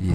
以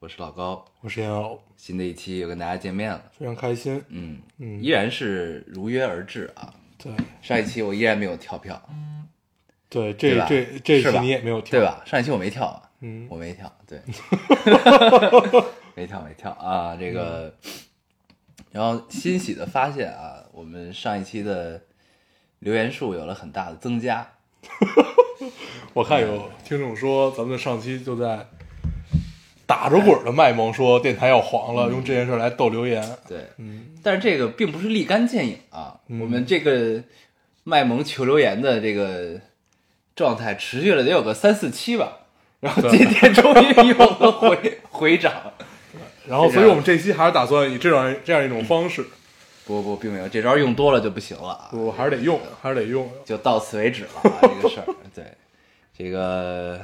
我是老高。我是严敖，新的一期又跟大家见面了，非常开心。嗯，嗯依然是如约而至啊。对上一期我依然没有跳票，对，对这吧这这一是期吧你也没有听对？吧？上一期我没跳啊，嗯我没跳， 对，没跳没跳啊，这个，嗯然后欣喜的发现啊，我们上一期的留言数有了很大的增加，我看有听众说，咱们上期就在打着滚的卖萌说电台要黄了，用这件事来逗留言。对，嗯，但是这个并不是立竿见影啊，嗯我们这个卖萌求留言的这个状态持续了得有个三四期吧， 然后对今天终于有了回回涨，然后，是这样所以我们这期还是打算以这样这样一种方式，不不，并没有，这招用多了就不行了啊，我还是得用，还是得用。就到此为止了啊，这个事儿，对，这个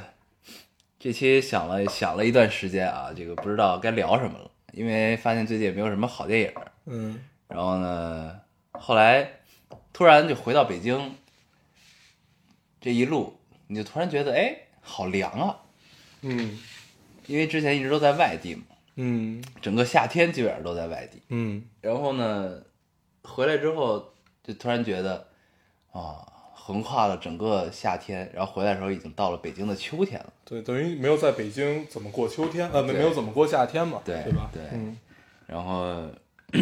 这期想了想了一段时间啊，这个不知道该聊什么了，因为发现最近也没有什么好电影儿，嗯，然后呢，后来突然就回到北京，这一路你就突然觉得，哎，好凉啊！嗯因为之前一直都在外地嘛，嗯整个夏天基本上都在外地。嗯，然后呢，回来之后就突然觉得，啊，横跨了整个夏天，然后回来的时候已经到了北京的秋天了。对，等于没有在北京怎么过秋天，呃，没对没有怎么过夏天嘛，对对吧？对嗯然后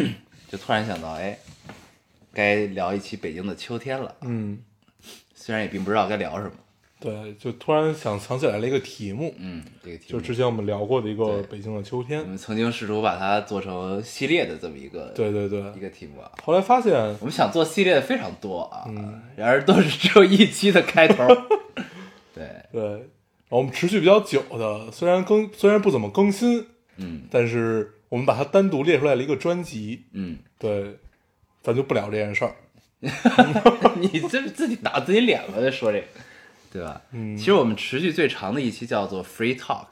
就突然想到，哎，该聊一期北京的秋天了。嗯，虽然也并不知道该聊什么，对，就突然想想起来了一个题目，嗯，这个题就目是之前我们聊过的一对嗯个北京的秋天我。们曾经试图把它做成系列的这么一个对对对一，个题目啊。后来发现我们想做系列的非常多啊，嗯然而都是只有一期的开 头。对，对，然后我们持续比较久的，虽然更虽然不怎么更新，嗯但是我们把它单独列出来了一个专辑。嗯，对，咱就不聊这件事儿。 你这是自己打自己脸吧？在说这个，对吧？嗯其实我们持续最长的一期叫做 Free Talk，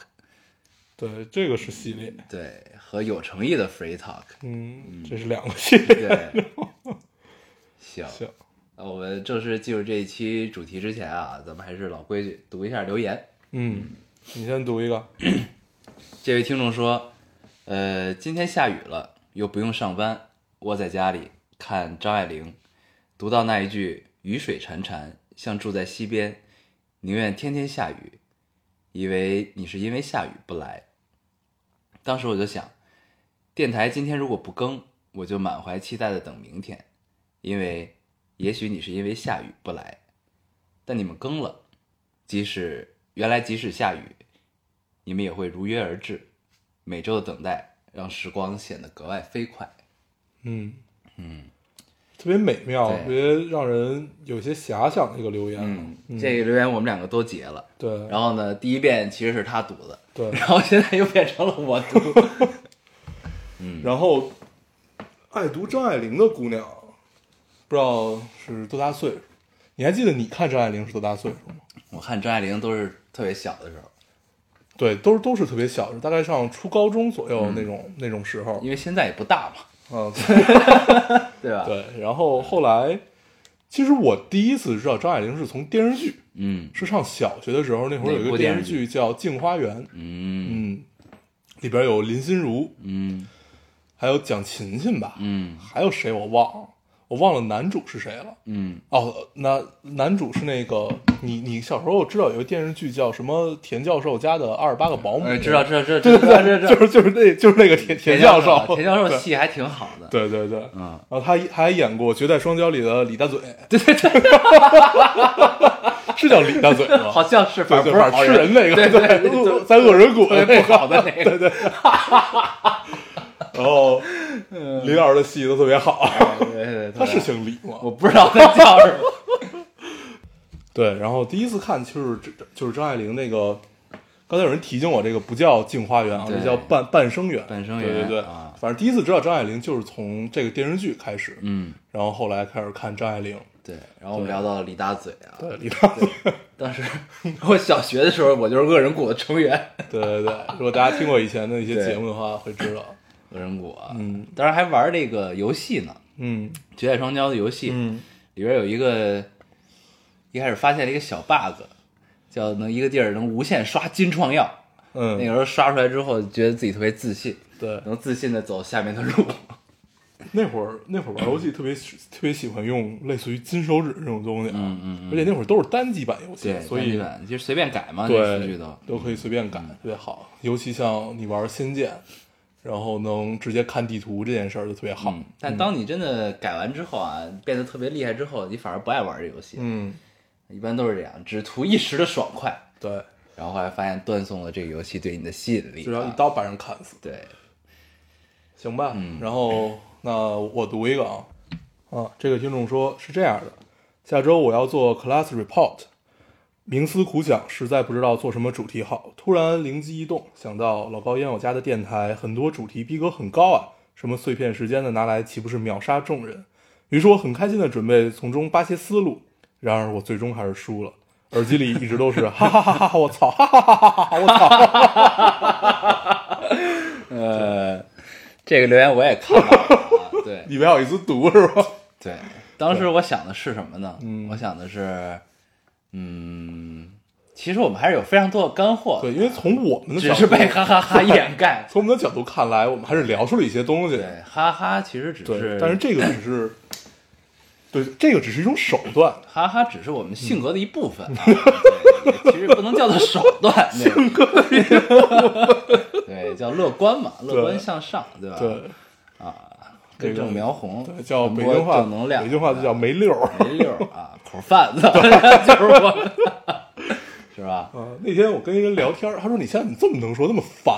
对，这个是系列，对，和有诚意的 Free Talk，嗯，这是两个系列。对。行， 行，那我们正式进入这一期主题之前啊，咱们还是老规矩，读一下留言。嗯，你先读一个。这位听众说，呃，今天下雨了，又不用上班，窝在家里看张爱玲，读到那一句“雨水潺潺，像住在溪边，宁愿天天下雨，以为你是因为下雨不来”，当时我就想，电台今天如果不更，我就满怀期待的等明天，因为也许你是因为下雨不来，但你们更了，即使原来即使下雨，你们也会如约而至。每周的等待让时光显得格外飞快。嗯嗯，特别美妙，对特别让人有些遐想的一个留言。嗯，这个留言我们两个都截了。对然后呢，第一遍其实是他读的，对，然后现在又变成了我读。 然后爱读张爱玲的姑娘，不知道是多大岁数？你还记得你看张爱玲是多大岁数吗？我看张爱玲都是特别小的时候，对，都是都是特别小，大概上初高中左右那嗯种、那种时候。因为现在也不大嘛，嗯， 对对吧？对。然后后来，其实我第一次知道张爱玲是从电视剧，嗯是上小学的时候，那会儿有哪一部个电电视视剧剧叫《镜花缘》，嗯嗯，里边有林心如，嗯还有蒋勤勤吧，嗯还有谁我忘了，我忘了男主是谁了。嗯哦，男男主是那个你，你小时候知道有个电视剧叫什么《田教授家的二十八个保姆》哎，知道知道知道 知道知道知道知就道。是就是那就是那个田田教授，田教授戏还挺好的。对，对对对，嗯然后他还演过《绝代双骄》里的李大嘴，对对对，是叫李大嘴吗？ 好像是，对反正对，不是反好正吃人那个，对对对恶对，在恶人谷特那别个不好的那个。对对。然后李哦老师的戏都特别好，对对嗯对，他是姓李吗？我不知道他叫什么。对，然后第一次看就是就是张爱玲那个，刚才有人提醒我，这个不叫《镜花缘》啊，对这叫半半生缘。半生缘对对对，啊反正第一次知道张爱玲就是从这个电视剧开始，嗯，然后后来开始看张爱玲，对。然后我们聊到了李大嘴啊，对，李大嘴，当时我小学的时候，我就是恶人谷的成员，对对对。如果大家听过以前的一些对节目的话，会知道，恶人谷啊，嗯当时还玩这个游戏呢，嗯《绝代双骄》的游戏，嗯里边有一个一开始发现了一个小 bug，叫能一个地儿能无限刷金创药。嗯，那个时候刷出来之后，觉得自己特别自信，对，能自信的走下面的路。那会儿那会儿玩游戏特别喜特别喜欢用类似于金手指这种东西啊，嗯嗯嗯而且那会儿都是单机版游戏对，，所单机以版就随便改嘛，那数据嗯对嗯都。可以随便改，特别好。尤其像你玩《仙剑》，然后能直接看地图这件事儿就特别好嗯。，但当你真的改完之后啊，变得特别厉害之后，你反而不爱玩这游戏。嗯，一般都是这样，只图一时的爽快，对，然后后来发现断送了这个游戏对你的吸引力、啊。就让一刀把人砍死，对，行吧？然后那我读一个啊啊，这个听众说是这样的：下周我要做 class report，冥思苦想，实在不知道做什么主题好。突然灵机一动，想到老高烟友家的电台，很多主题逼格很高啊，什么碎片时间的拿来，岂不是秒杀众人？于是我很开心的准备从中扒些思路，然而我最终还是输了。耳机里一直都是哈哈哈哈，我操，哈哈哈哈，我操。呃，这个留言我也看 到了、啊，对，你没好意思读是吧？ 对，当时我想的是什么呢？我想的是，嗯，其实我们还是有非常多的干货的，对，因为从我们的角只度，。是被哈哈哈掩盖从我们的角度看来，我们还是聊出了一些东西。对，哈哈，其实只对，是，但是这个只是，对，这个只是一种手段。啊哈哈只是我们嗯性格的一部分、啊，对，其实不能叫做手段，性格的一部分， 对，叫乐观嘛，乐观向上，对吧？对，根这个正苗红，对叫传北播京话，正能量，啊北京话就叫没溜儿。没溜儿啊，口贩子， 就是我们，是吧？啊，那天我跟一人聊天，他说：“你现在怎么这么能说，那么烦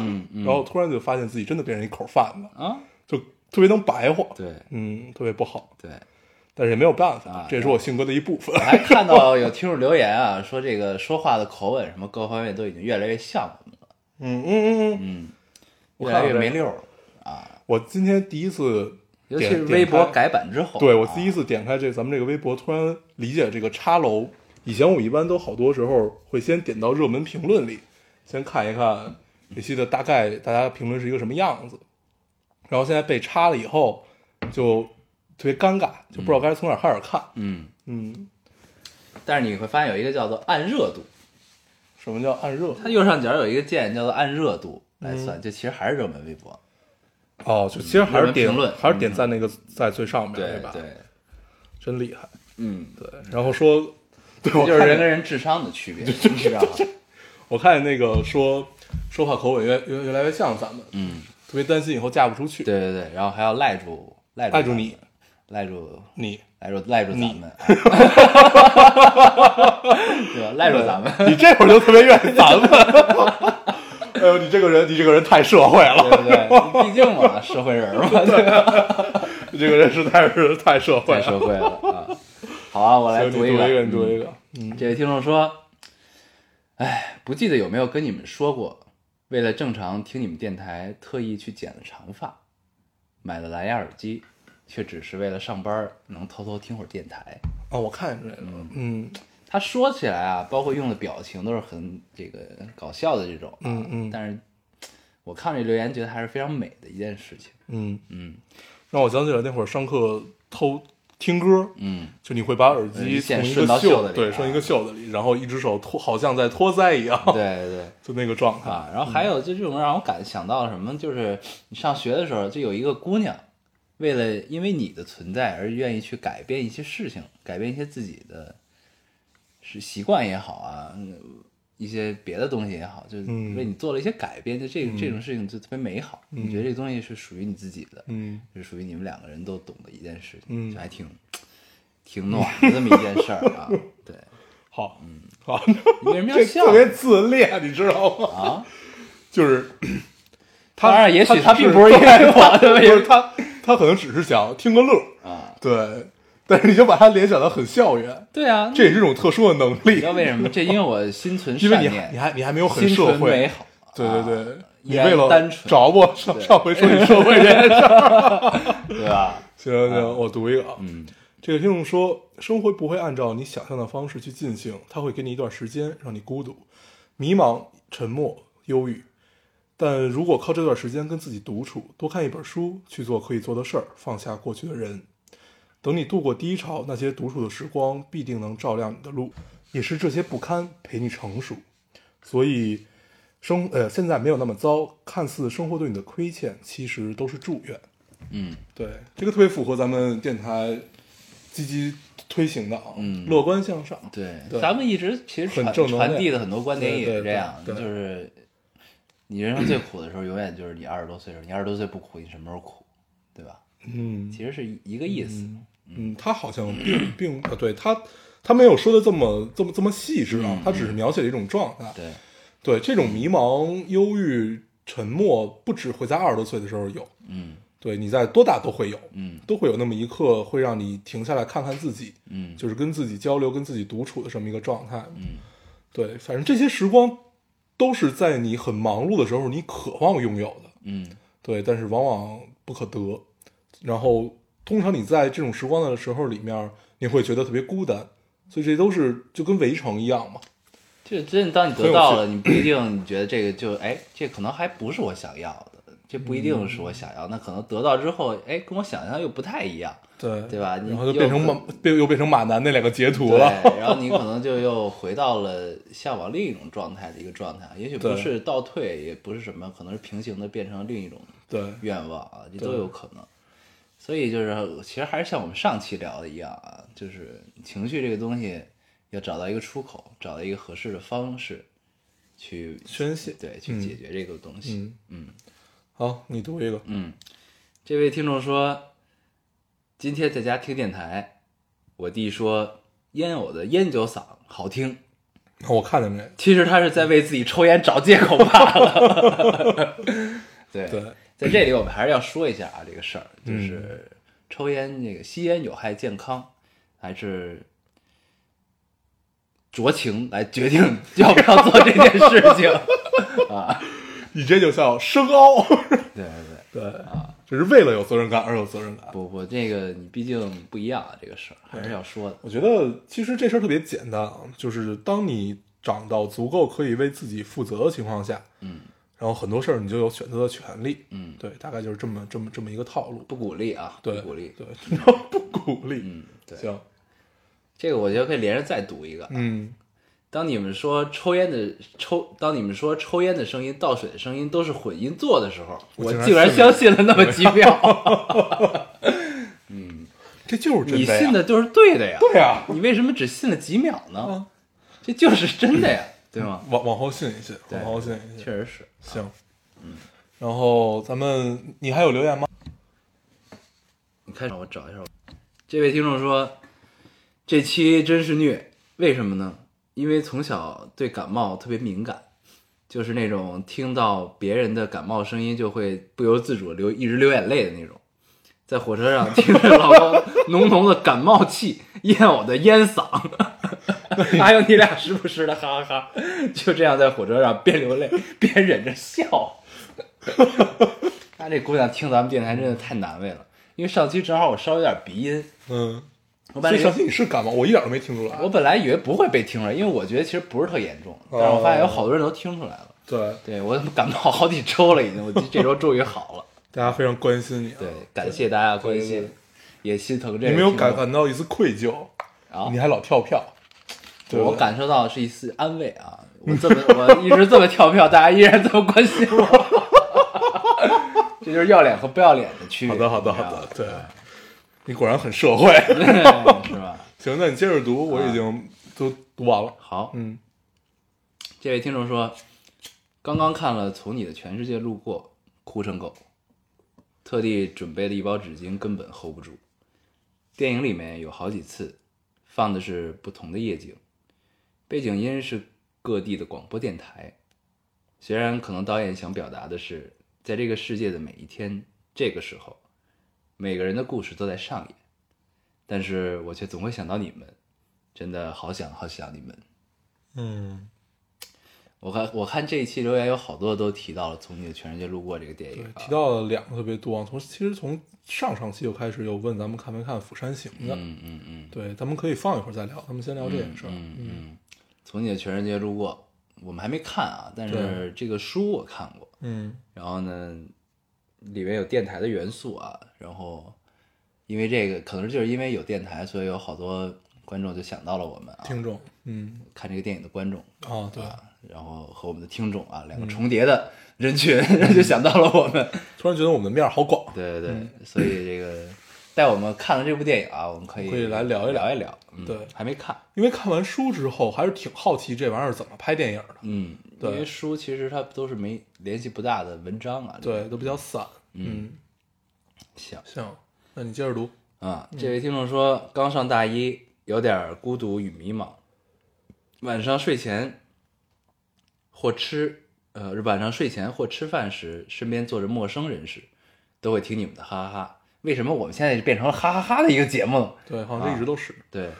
嗯啊？”然后突然就发现自己真的变成一口贩子，啊，就特别能白话，对嗯，特别不好，对。但是也没有办啊法，这也是我性格的一部分啊我。还看到有听众留言啊，说这个说话的口吻什么各方面都已经越来越像我们了，嗯嗯嗯嗯，我越来看越了没这溜儿。啊我今天第一次尤点，其是微博点开改版之后，对我啊第一次点开这咱们这个微博，突然理解这个插楼。以前我一般都好多时候会先点到热门评论里，先看一看这期的大概大家评论是一个什么样子。然后现在被插了以后，就特别尴尬，就不知道该从哪儿开始看。嗯，嗯，但是你会发现有一个叫做按热度，什么叫按热？它右上角有一个键叫做按热度来嗯算，就其实还是热门微博，哦，就其实还是点热门评论嗯还是点赞那个在最上面，对吧？对，真厉害。嗯，对，然后说，对，这我就是看人跟人智商的区别，你知道吗？我看那个说说话口吻越越越来越像咱们，嗯，特别担心以后嫁不出去。对对对，然后还要赖住赖赖住你，赖住你赖住赖住咱你们， 对吧？赖住咱们，你这会儿就特别怨 咱们。哎呦，你这个人，你这个人太社会了，对不对？毕竟嘛，社会人嘛，对吧？你这个人实在是太社会太了。社哎会了啊！好啊，我来行你读一一个。嗯你读一个。这位听众说：“哎，不记得有没有跟你们说过，为了正常听你们电台，特意去剪了长发，买了蓝牙耳机，却只是为了上班能偷偷听会儿电台。啊，我看见这个了，嗯”他说起来啊，包括用的表情都是很这个搞笑的这种啊，嗯嗯但是我看这留言觉得还是非常美的一件事情。嗯嗯，让我想起来那会儿上课偷听歌，嗯，就你会把耳机嗯线从一顺个到袖子里对，啊顺一个袖子里，然后一只手托，好像在托腮一样，嗯对对对。 就那个状态。啊，然后还有就这种让我感想到了什么，就是你上学的时候，就有一个姑娘，为了因为你的存在而愿意去改变一些事情，改变一些自己的是习惯也好啊，嗯一些别的东西也好，啊就是嗯为你做了一些改变，就这这种事情就特别美好。你觉得这东西是属于你自己的，嗯，是属于你们两个人都懂的一件事情，嗯就还挺挺暖的这么一件事儿啊。对，好，嗯，好，你为什么要这笑特别自恋，你知道吗？啊？ 就是当然，也许他并不是因为我的 不原因是他，他可能只是想听个乐儿，啊。对。但是你就把他联想到很校园，对啊，这也是一种特殊的能你力知道，为什么？这因为我心存因善为你还念，你还你还没有很心社存美会，好，啊对对对，依你为然了单纯，找我上上回说你社会这件事儿，对吧？行行，我读一个啊，嗯这个听众说，生活不会按照你想象的方式去进行，它会给你一段时间，让你孤独、迷茫、沉默、忧郁。但如果靠这段时间跟自己独处，多看一本书，去做可以做的事儿，放下过去的人，等你度过低潮，那些独处的时光必定能照亮你的路，也是这些不堪陪你成熟。所以，生呃现在没有那么糟，看似生活对你的亏欠，其实都是祝愿。嗯，对，这个特别符合咱们电台积极推行的啊，嗯乐观向上。对，对咱们一直其实传很正能量传递的很多观点也对是对这样，对就对是你人生最苦的时候，永远就是你二十多岁的时候，你二十多岁不苦，你什么时候苦，对吧？嗯其实是一个意思，嗯，他好像并并啊，对他他没有说的这么这么这么细致啊嗯，他只是描写了一种状态。对，对，这种迷茫、忧郁、沉默，不只会在二十多岁的时候有，嗯对你在多大都会有，嗯都会有那么一刻会让你停下来看看自己，嗯就是跟自己交流、跟自己独处的这么一个状态。嗯，对，反正这些时光都是在你很忙碌的时候，你渴望拥有的。嗯对，但是往往不可得。然后，通常你在这种时光的时候里面，你会觉得特别孤单，所以这都是就跟围城一样嘛。就真的当你得到了，你不一定你觉得这个就哎，这可能还不是我想要的，这不一定是我嗯想要，那可能得到之后，哎，跟我想象又不太一样，对对吧你然后就变成又马，变又变成马南那两个截图对，了。 然后你可能就又回到了向往另一种状态的一个状态，也许不对是倒退，也不是什么，可能是平行的变成另一种对，愿望啊，这对都有可能。所以就是，其实还是像我们上期聊的一样啊，就是情绪这个东西要找到一个出口，找到一个合适的方式去宣泄对，去嗯解决这个东西。嗯嗯，好，你读一个。嗯，这位听众说，今天在家听电台，我弟说烟偶的烟酒嗓好听，哦我看见这个，其实他是在为自己抽烟找借口罢了。对，对，在这里我们还是要说一下啊，这个事儿就是抽烟，这个吸烟有害健康，还是酌情来决定要不要做这件事情啊？你这就叫深凹。 对对对。对啊，只是为了有责任感而有责任感。不不，这个你毕竟不一样啊，这个事儿还是要说的。我觉得其实这事儿特别简单啊，就是当你长到足够可以为自己负责的情况下，嗯然后很多事儿你就有选择的权利。嗯，对，大概就是这么这么这么一个套路。不鼓励啊，对，不鼓励。对， 然后不鼓励。嗯，对，行，这个我觉得可以连着再读一个。嗯，当你们说抽烟的抽，当你们说抽烟的声音、倒水的声音都是混音做的时候，我我竟然竟然信了相信了那么几 秒。这就是真你呀信的就是对的呀，对啊呀，你为什么只信了几秒呢啊？这就是真的呀，对吗？往往后信一信，往后信一确实嗯信。是。行，然后咱们你还有留言吗？你开始，我找一下。这位听众说，这期真是虐，为什么呢？因为从小对感冒特别敏感，就是那种听到别人的感冒声音就会不由自主地流一直流眼泪的那种。在火车上听着老高浓浓的感冒气、 烟偶的烟嗓， 还有你俩时不时的哈哈哈，就这样在火车上边流泪边忍着笑。那这姑娘听咱们电台真的太难为了，因为上期正好我稍微有点鼻音，嗯，我本所来以以上为期你是感冒，我一点都没听出来。我本来以为不会被听出来，因为我觉得其实不是特严重，但是我发现有好多人都听出来了。对，对我感冒好几周了已经，我这周终于好了。大家非常关心你啊。 对，感谢大家关对对心对，也心疼这你个没有听感众感到一丝愧疚，啊你还老跳票。对不我对感受到的是一丝安慰啊！我这么我一直这么跳票，大家依然这么关心我， 这就是要脸和不要脸的区别。好你知的，好的，好道的吧，对，你果然很社会。 对， 是吧？行，那你接着读，我已经都读完了。好，嗯，这位听众说，刚刚看了《从你的全世界路过》，哭成狗，特地准备了一包纸巾，根本 hold 不住。电影里面有好几次放的是不同的夜景，背景音是各地的广播电台。虽然可能导演想表达的是，在这个世界的每一天，这个时候，每个人的故事都在上演，但是我却总会想到你们，真的好想好想你们。我看我看这一期留言有好多都提到了《从你的全世界路过》这个电对影，啊提到了两个特别多啊，从其实从上上期就开始有问咱们看没看《釜山行》的，嗯嗯嗯，对，咱们可以放一会儿再聊，咱们先聊这件事儿。嗯嗯嗯，从你的全世界路过，我们还没看啊，但是对这个书我看过，嗯然后呢，里面有电台的元素啊，然后因为这个，可能就是因为有电台，所以有好多观众就想到了我们啊，听众，嗯看这个电影的观众，啊，对，然后和我们的听众啊，嗯两个重叠的人群， 就想到了我们。突然觉得我们的面儿好广，对对嗯对，所以这个带我们看了这部电影啊，我们可以可以来聊一聊聊一聊。嗯对还没看，因为看完书之后还是挺好奇这玩意儿怎么拍电影的，嗯，因对为书其实它都是没联系不大的文章啊。对，，都比较散。嗯，行行，那你接着读。啊，嗯这位听众说，刚上大一，有点孤独与迷茫，晚上睡前或吃，呃，晚上睡前或吃饭时，身边坐着陌生人时，都会听你们的哈哈哈。为什么我们现在就变成了哈哈哈的一个节目了？对，好像这一直都是。对，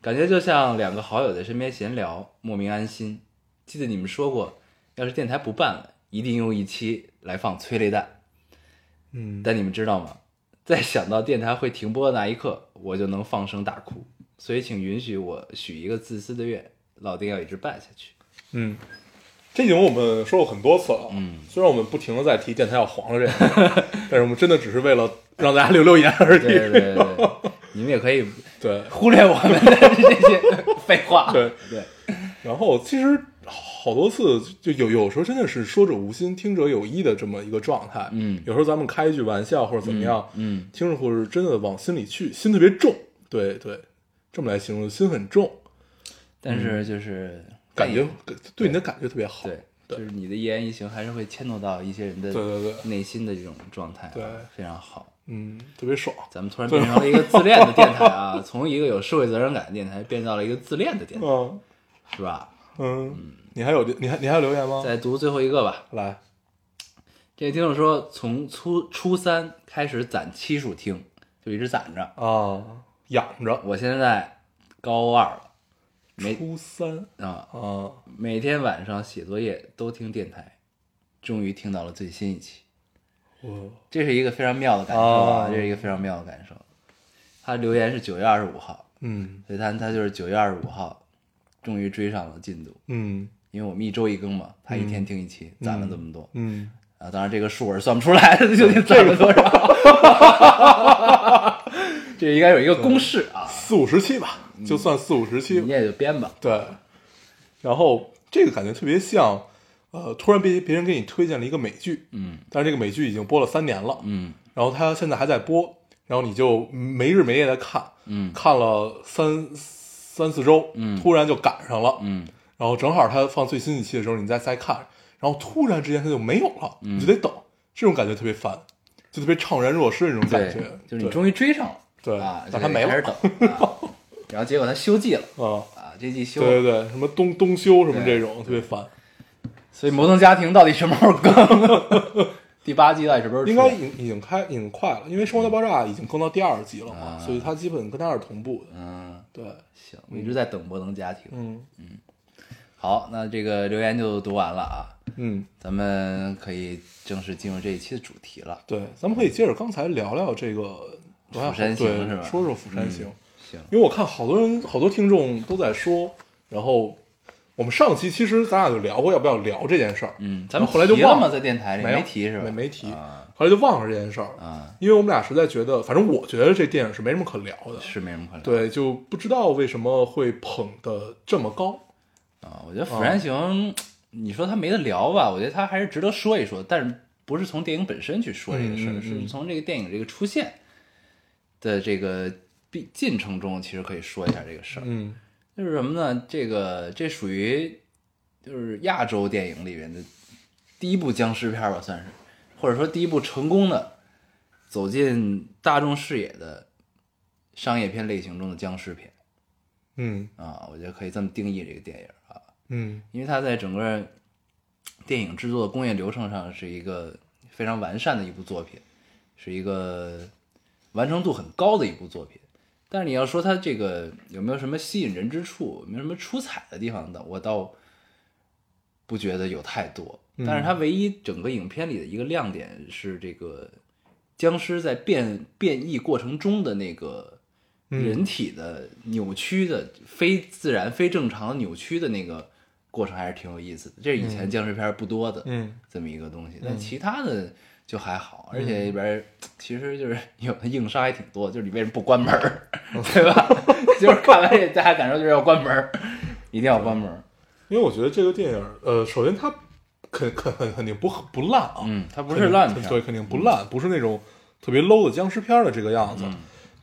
感觉就像两个好友在身边闲聊，莫名安心。记得你们说过，要是电台不办了，一定用一期来放催泪弹。嗯，但你们知道吗？在想到电台会停播的那一刻，我就能放声大哭。所以，请允许我许一个自私的愿，老丁要一直办下去。嗯，这已经我们说过很多次了。啊嗯，虽然我们不停的在提电台要黄了这个， 但是我们真的只是为了让大家留留言而已。对对对对，你们也可以 对忽略我们的这 些废话。对对，然后其实好多次就有有时候真的是说者无心，听者有意的这么一个状态。嗯有时候咱们开一句玩笑或者怎么样，嗯听着或者真的往心里去，心特别重。对对，这么来形容，心很重，但是就是嗯感觉对你的感觉特别好。对，对就是你的一言一行还是会牵动到一些人的对对对内心的这种状态、啊，对非常好。嗯，特别爽。咱们突然变成了一个自恋的电台 啊，从一个有社会责任感的电台变到了一个自恋的电台，嗯是吧？嗯，你还有你还你还有留言吗？再读最后一个吧。来，这位听众说，从初初三开始攒期数听，就一直攒着。啊，养着。我现在高二了，没初三啊，啊，每天晚上写作业都听电台，终于听到了最新一期。我这是一个非常妙的感受啊，哦这是一个非常妙的感受。他留言是九月二十五号，嗯所以他他就是九月二十五号，终于追上了进度，嗯因为我们一周一更嘛，他一天听一期，攒了这么多嗯，啊。当然这个数我是算不出来 的，究竟攒了多少？这应该有一个公式啊，四五十期吧，就算四五十期你。也就编吧。对，然后这个感觉特别像，呃，突然别别人给你推荐了一个美剧，嗯但是这个美剧已经播了三年了，嗯然后它现在还在播，然后你就没日没夜的看，嗯看了三三四周，嗯突然就赶上了，嗯然后正好它放最新一期的时候，你再再看，然后突然之间它就没有了，嗯你就得等，这种感觉特别烦，就特别怅然若失的那种感对觉，，就是你对终于追上了，对啊，但他没开始了等， 啊然后结果他休季了啊，啊，这季休了。对对对，什么冬冬休什么对这种特别烦。所以《摩登家庭》到底什么时候更？ 第八季到底什么时候出？应该已经已经开已经快了，因为《生活大爆炸》已经更到第二集了啊嘛，所以它基本跟它是同步的。嗯，对，行，我一直在等《摩登家庭》。嗯好，那这个留言就读完了啊，嗯，咱们可以正式进入这一期的主题了。对，咱们可以接着刚才聊聊这个釜山行对是吧嗯说说《釜山行》行，因为我看好多人好多听众都在说，然后我们上期其实咱俩就聊过要不要聊这件事儿，嗯，咱们后来就提了忘吗？了在电台里没有提是吧？没没提啊后来就忘了这件事儿，啊，因为我们俩实在觉得，反正我觉得这电影是没什么可聊的，是没什么可聊。对，就不知道为什么会捧的这么高，啊，我觉得《釜山行》你说他没得聊吧？我觉得他还是值得说一说，但是不是从电影本身去说这个事儿，嗯嗯是从这个电影这个出现的这个必进程中，其实可以说一下这个事儿。嗯就是什么呢？这个这属于就是亚洲电影里面的第一部僵尸片儿吧，算是，或者说第一部成功的走进大众视野的商业片类型中的僵尸片嗯啊，我觉得可以这么定义这个电影啊，嗯因为它在整个电影制作工业流程上是一个非常完善的一部作品，是一个完成度很高的一部作品。但是你要说它这个有没有什么吸引人之处，有没有什么出彩的地方的，我倒不觉得有太多，但是它唯一整个影片里的一个亮点是这个僵尸在变变异过程中的那个人体的扭曲的、非自然、非正常扭曲的那个过程，还是挺有意思的。这是以前僵尸片不多的，嗯，这么一个东西，但其他的就还好，而且里边儿其实就是 有的硬伤还挺多，就是你为什么不关门 儿，对吧？ 就是看完这大家感受就是要关门儿，一定要关门儿。因为我觉得这个电影，呃，首先它肯肯肯肯定不不烂啊，嗯，它不肯是定烂片对，儿，嗯肯定不烂，不是那种特别 low 的僵尸片儿的这个样子。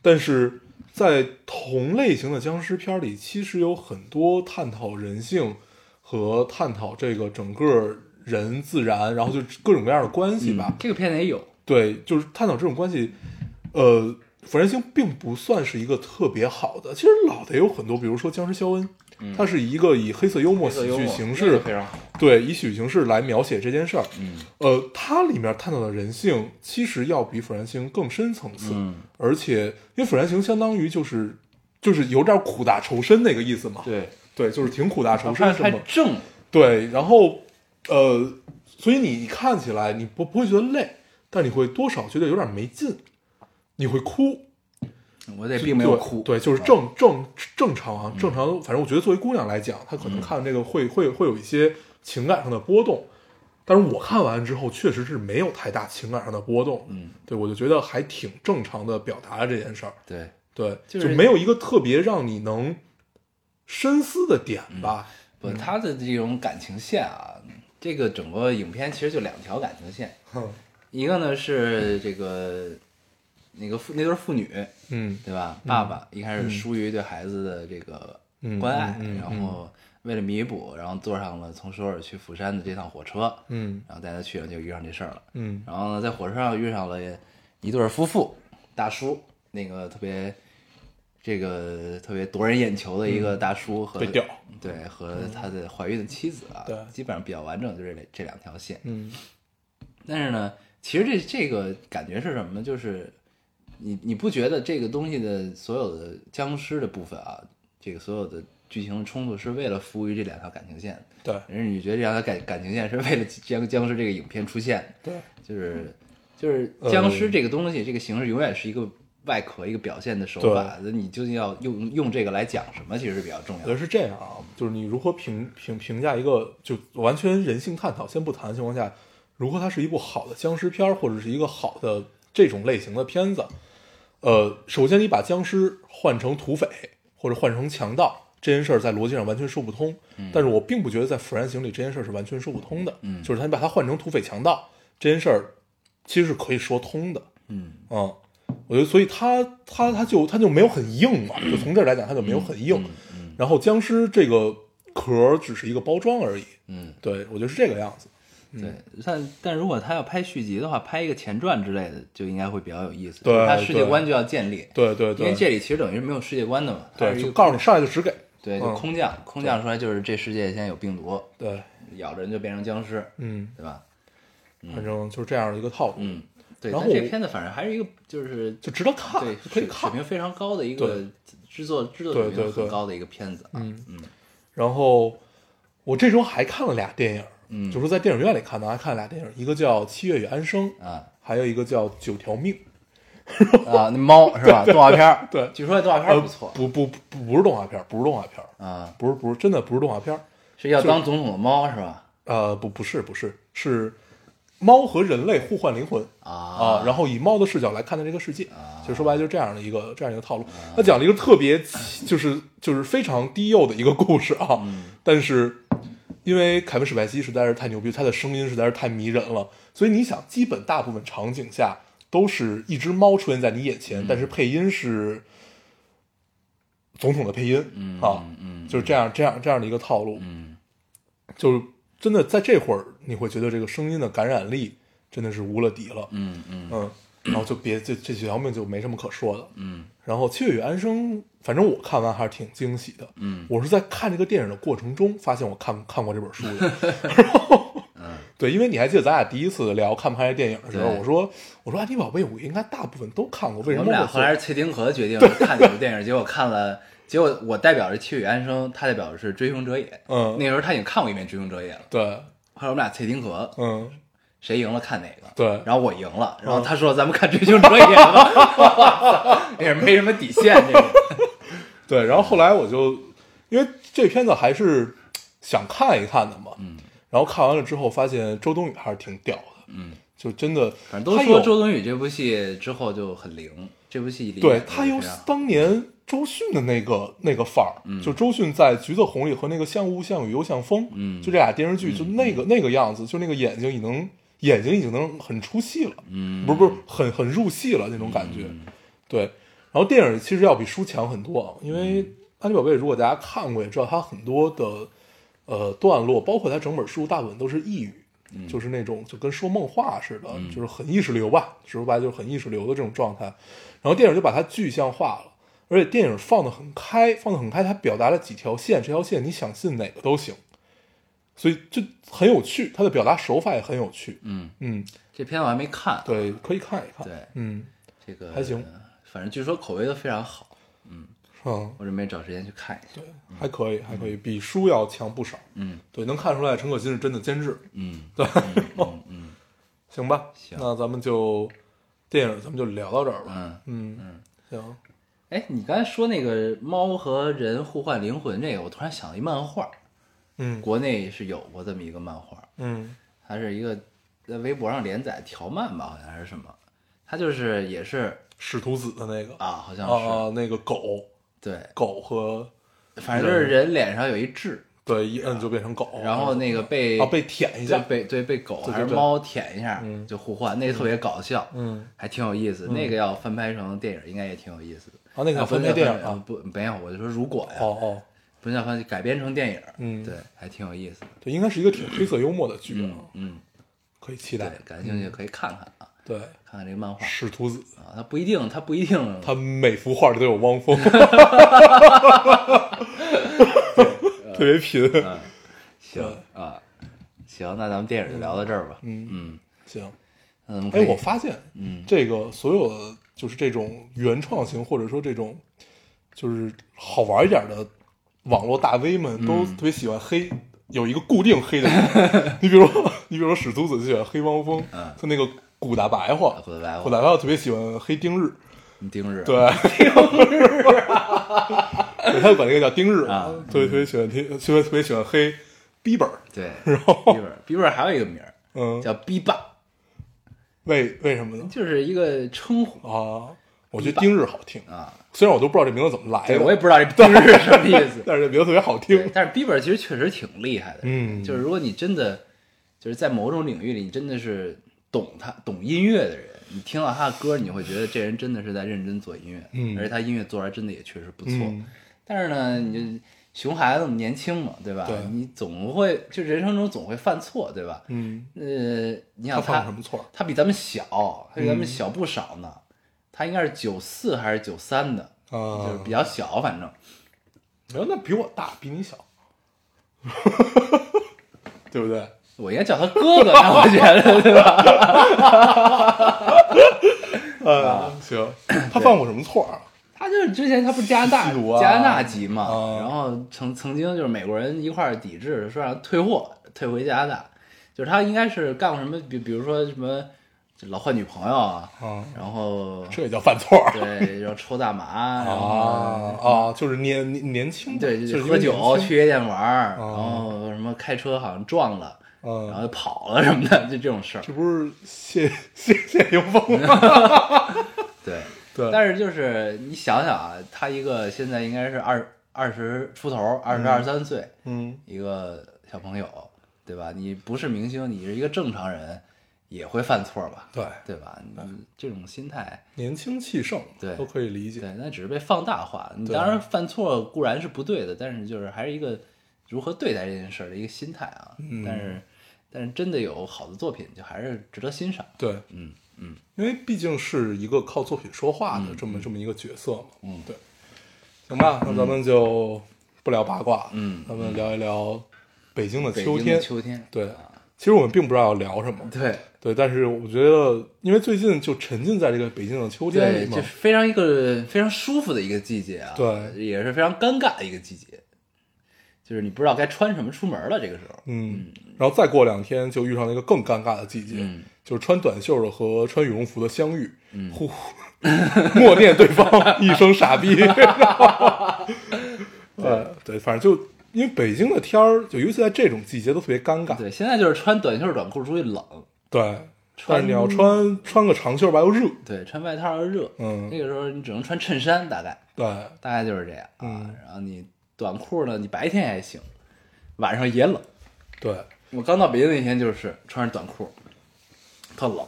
但是在同类型的僵尸片儿里，其实有很多探讨人性和探讨这个整个人自然，然后就各种各样的关系吧。嗯这个片子也有，对，就是探讨这种关系，呃，福原星并不算是一个特别好的。其实老的也有很多，比如说《僵尸肖恩》它是一个以黑色幽默嗯黑色喜幽剧默形那式个，非常好。对，以喜剧形式来描写这件事儿。嗯呃，它里面探讨的人性其实要比《釜山行》更深层次，嗯，而且因为《釜山行》相当于就是就是有点苦大仇深那个意思嘛，对，对，就是挺苦大仇我深看什太么，正，对，然后呃，所以你看起来你不不会觉得累，但你会多少觉得有点没劲，你会哭，我这并没有哭，嗯对，对就是正正正常啊，正常。反正我觉得作为姑娘来讲，她嗯可能看这个会会会有一些情感上的波动，但是我看完之后确实是没有太大情感上的波动，嗯，对我就觉得还挺正常的表达了这件事儿，对，对，就就是没有一个特别让你能深思的点吧，不，他的这种感情线啊，这个整个影片其实就两条感情线，哼一个呢是这个那个父那对父女，嗯嗯对吧？爸爸一开始疏于对孩子的这个关爱，然后为了弥补，然后坐上了从首尔去釜山的这趟火车，嗯然后带他去了就遇上这事儿了。嗯然后呢，在火车上遇上了一对儿夫妇，大叔，那个特别这个特别夺人眼球的一个大叔和、嗯被吊对和他的怀孕的妻子啊，对基本上比较完整，就是这这两条线。嗯但是呢，其实这这个感觉是什么呢？就是你你不觉得这个东西的所有的僵尸的部分啊，这个所有的剧情冲突是为了服务于这两条感情线，对而是你觉得这两条感感情线是为了将僵尸这个影片出现的，对就是就是僵尸这个东西，这个形式永远是一个外壳，一个表现的手法。那你究竟要用用这个来讲什么，其实是比较重我要觉的。得是这样啊，就是你如何评评评价一个就完全人性探讨，先不谈的情况下，如何它是一部好的僵尸片儿，或者是一个好的这种类型的片子，呃，首先你把僵尸换成土匪或者换成强盗这件事儿，在逻辑上完全说不通。但是我并不觉得在《釜山行》里这件事儿是完全说不通的。嗯就是他把它换成土匪强盗这件事儿，其实是可以说通的。嗯嗯，我觉得，所以他他他就他就没有很硬嘛，就从这儿来讲，他就没有很嗯硬。然后僵尸这个壳儿只是一个包装而已，嗯，对我觉得是这个样子。对。嗯但但如果他要拍续集的话，拍一个前传之类的，就应该会比较有意思。对他世界对观就要建立。对对因为对，这里其实等于是没有世界观的嘛，它对是一就个告诉你上来就只给，对，就嗯空降，空降出来就是这世界现在有病毒，对，咬着人就变成僵尸，嗯，对吧？反正就是这样的一个套路，嗯，对。然但后这我片子反正还是一个就是就值得看对，，可以水水看。平非常高的一个对制作制作对水平对很对高的一个片子啊。嗯然后我这周还看了俩电影，嗯就说在电影院里看的，还看了俩电影，一个叫《七月与安生》，啊还有一个叫《九条命》。啊，那猫 是吧？动画片儿，对据说动画片呃儿不错不不不不是动画片儿，不是动画片儿，啊，不是不是真的不是动画片儿。是要呃就当总统的猫是吧？呃，不，不是，不是，是猫和人类互换灵魂啊然后以猫的视角来看待这个世界，就说白了就是这样的一个这样一个套路。它讲了一个特别奇，就是就是非常低幼的一个故事啊，但是因为凯文史派西实在是太牛逼，他的声音实在是太迷人了，所以你想，基本大部分场景下都是一只猫出现在你眼前，但是配音是总统的配音、啊，就是这样这样这样的一个套路，嗯就是真的在这会儿，你会觉得这个声音的感染力真的是无了底了，嗯嗯嗯，然后就别这这几条命就没什么可说的。嗯然后《七月与安生》，反正我看完还是挺惊喜的。嗯 我是在看这个电影的过程中，发现我看看过这本书的。然后， 对，因为你还记得咱俩第一次聊看不看这电影的时候，嗯对我说我说《安妮宝贝》我应该大部分都看过，为什我么们俩会后来是蔡丁壳决定看哪部 电影，结果看了，结果我代表是《七月与安生》，他代表是《追凶者也》。嗯那时候他已经看过一遍《追凶者也》了，对后来我们俩蔡丁壳，嗯谁赢了看哪个。对嗯然后我赢了，然后他说咱们看《追凶者也》 吧，也没什么底线，这个对，然后后来我就因为这片子还是想看一看的嘛，嗯，然后看完了之后发现周冬雨还是挺屌的，嗯，就真的，反正都她说有周冬雨这部戏之后就很灵，啊这部戏里对演得他也有非常好当年周迅的那个那个范儿，就周迅在《橘子红》里和那个《像雾像雨又像风》，嗯就这俩电视剧，就那个、那个样子，就那个眼睛已能眼睛已经能很出戏了，嗯不是不是很很入戏了那种感觉，对。然后电影其实要比书强很多，啊，嗯因为《安妮宝贝》如果大家看过也知道，它很多的呃段落，包括它整本书大部分都是呓语，嗯就是那种就跟说梦话似的，就是很意识流吧，说白了就是很意识流的这种状态。然后电影就把它具象化了，而且电影放得很开，放得很开，它表达了几条线，这条线你想信哪个都行，所以就很有趣，它的表达手法也很有趣。嗯，嗯，这片子我还没看，对，可以看一看。对嗯这个还行，反正据说口碑都非常好，嗯，我准备找时间去看一下。对，还可以，还可以，比书要强不少。嗯对，能看出来陈可辛是真的监制，嗯，对嗯嗯嗯 行吧？行那咱们就电影，咱们就聊到这儿吧。嗯。嗯行，哎，你刚才说那个猫和人互换灵魂这个，我突然想了一漫画，嗯国内是有过这么一个漫画，嗯它是一个在微博上连载条漫吧，好像还是什么，它就是也是使徒子的那个啊，好像是、啊，那个狗对，狗和反正就是人脸上有一痣，对一摁就变成狗，然后那个被啊哦被舔对一下，被对被狗对对还是对猫舔一下嗯就互换，那个特别搞笑，嗯还挺有意思。那个要翻拍成电影，应该也挺有意思的。啊那个啊不翻拍是电影呃啊，不没有，我就说如果呀，哦哦，不是要翻改编成电影，嗯对，还挺有意思的。对，应该是一个挺黑色幽默的剧啊，嗯嗯，可以期对待，。感兴趣可以看看啊，对，看看这个漫画使徒子，啊，它不一定，它不一定，他每幅画里都有汪 峰， 特别贫。嗯行啊，行，那咱们电影就聊到这儿吧。嗯嗯，行，那咱们可哎，以我发现，嗯，这个所有的就是这种原创型，或者说这种就是好玩一点的网络大 V 们，都嗯特别喜欢黑。有一个固定黑 的人，你比如说，你比如说史都子就喜欢黑汪峰，嗯就那个古大白话，古大白话嗯古大白话特别喜欢黑丁日，丁日，对， 丁日，他就管那个叫丁日啊特别特别喜欢听，特别特别喜欢黑逼本儿，对然后逼本儿逼本儿还有一个名儿嗯，叫逼爸，为为什么呢？就是一个称呼啊，我觉得丁日好听，啊。虽然我都不知道这名字怎么来对，的，我也不知道这丁日是什么意思。但是这名字特别好对 听，但是逼本儿其实确实挺厉害的，嗯就是如果你真的就是在某种领域里，你真的是懂他懂音乐的人，你听到他的歌，你会觉得这人真的是在认真做音乐，嗯而且他音乐做出来真的也确实不错。嗯但是呢，你就熊孩子们年轻嘛，对吧？对你总会就人生中总会犯错，对吧？嗯，呃，你想他他犯了什么错儿？嗯他比咱们小，他比咱们小不少呢。他应该是九四还是九三的，啊就是比较小，反正没有，那比我大，比你小， 对不对？我应该叫他哥哥，但我觉得对吧？啊呃，行，他犯过什么错儿啊？他就是之前他不是加拿大、吸毒啊加拿大籍嘛，啊然后曾曾经就是美国人一块儿抵制，说让退货退回加拿大，就是他应该是干过什么，比比如说什么就老换女朋友啊，啊，然后这也叫犯错儿？对，然后抽大 麻，然后啊啊，就是年年年轻，对，哦就是就因喝为年酒轻去夜店玩儿，哦然后什么开车好像撞了，然嗯，后就跑了什么的，就 这种事儿。这不是谢 谢谢霆锋吗？ 对，对但是就是你想想啊，他一个现在应该是二二十出头，二十二三岁，嗯，一个小朋友，对吧？你不是明星，你是一个正常人，也会犯错吧？对，对吧？嗯你这种心态，年轻气盛，对都可以理解。对，那只是被放大化。你对啊当然犯错固然是不对的，但是就是还是一个如何对待这件事儿的一个心态啊。嗯但是但是真的有好的作品，就还是值得欣赏。对，嗯嗯，因为毕竟是一个靠作品说话的这么这么一个角色嘛。嗯对。行吧，那咱们就不聊八卦，嗯咱们聊一聊北京的北秋京的天。秋天，对，其实我们并不知道要聊什么，对对，但是我觉得，因为最近就沉浸在这个北京的秋天对，里嘛就是，非常一个非常舒服的一个季节啊，对也是非常尴尬的一个季节，就是你不知道该穿什么出门了，这个时候，嗯，然后再过两天就遇上了一个更尴尬的季节，嗯就是穿短袖的和穿羽绒服的相遇，呼， 默念对方一声傻逼， 呃，对，反正就因为北京的天儿，就尤其在这种季节都特别尴尬，对，现在就是穿短袖短裤出去冷，对，但穿是你要穿穿个长袖吧又热，对，穿外套又热，嗯那个时候你只能穿衬衫，大概对，大概就是这样啊嗯，然后你短裤呢，你白天也行，晚上也冷，对，我刚到北京那天就是穿着短裤，特冷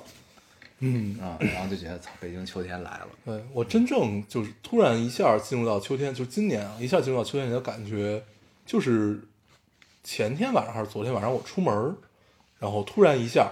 嗯，啊，然后就觉得操，北京秋天来了，对我真正就是突然一下进入到秋天，就今年啊，一下进入到秋天的感觉，就是前天晚上还是昨天晚上我出门儿，然后突然一下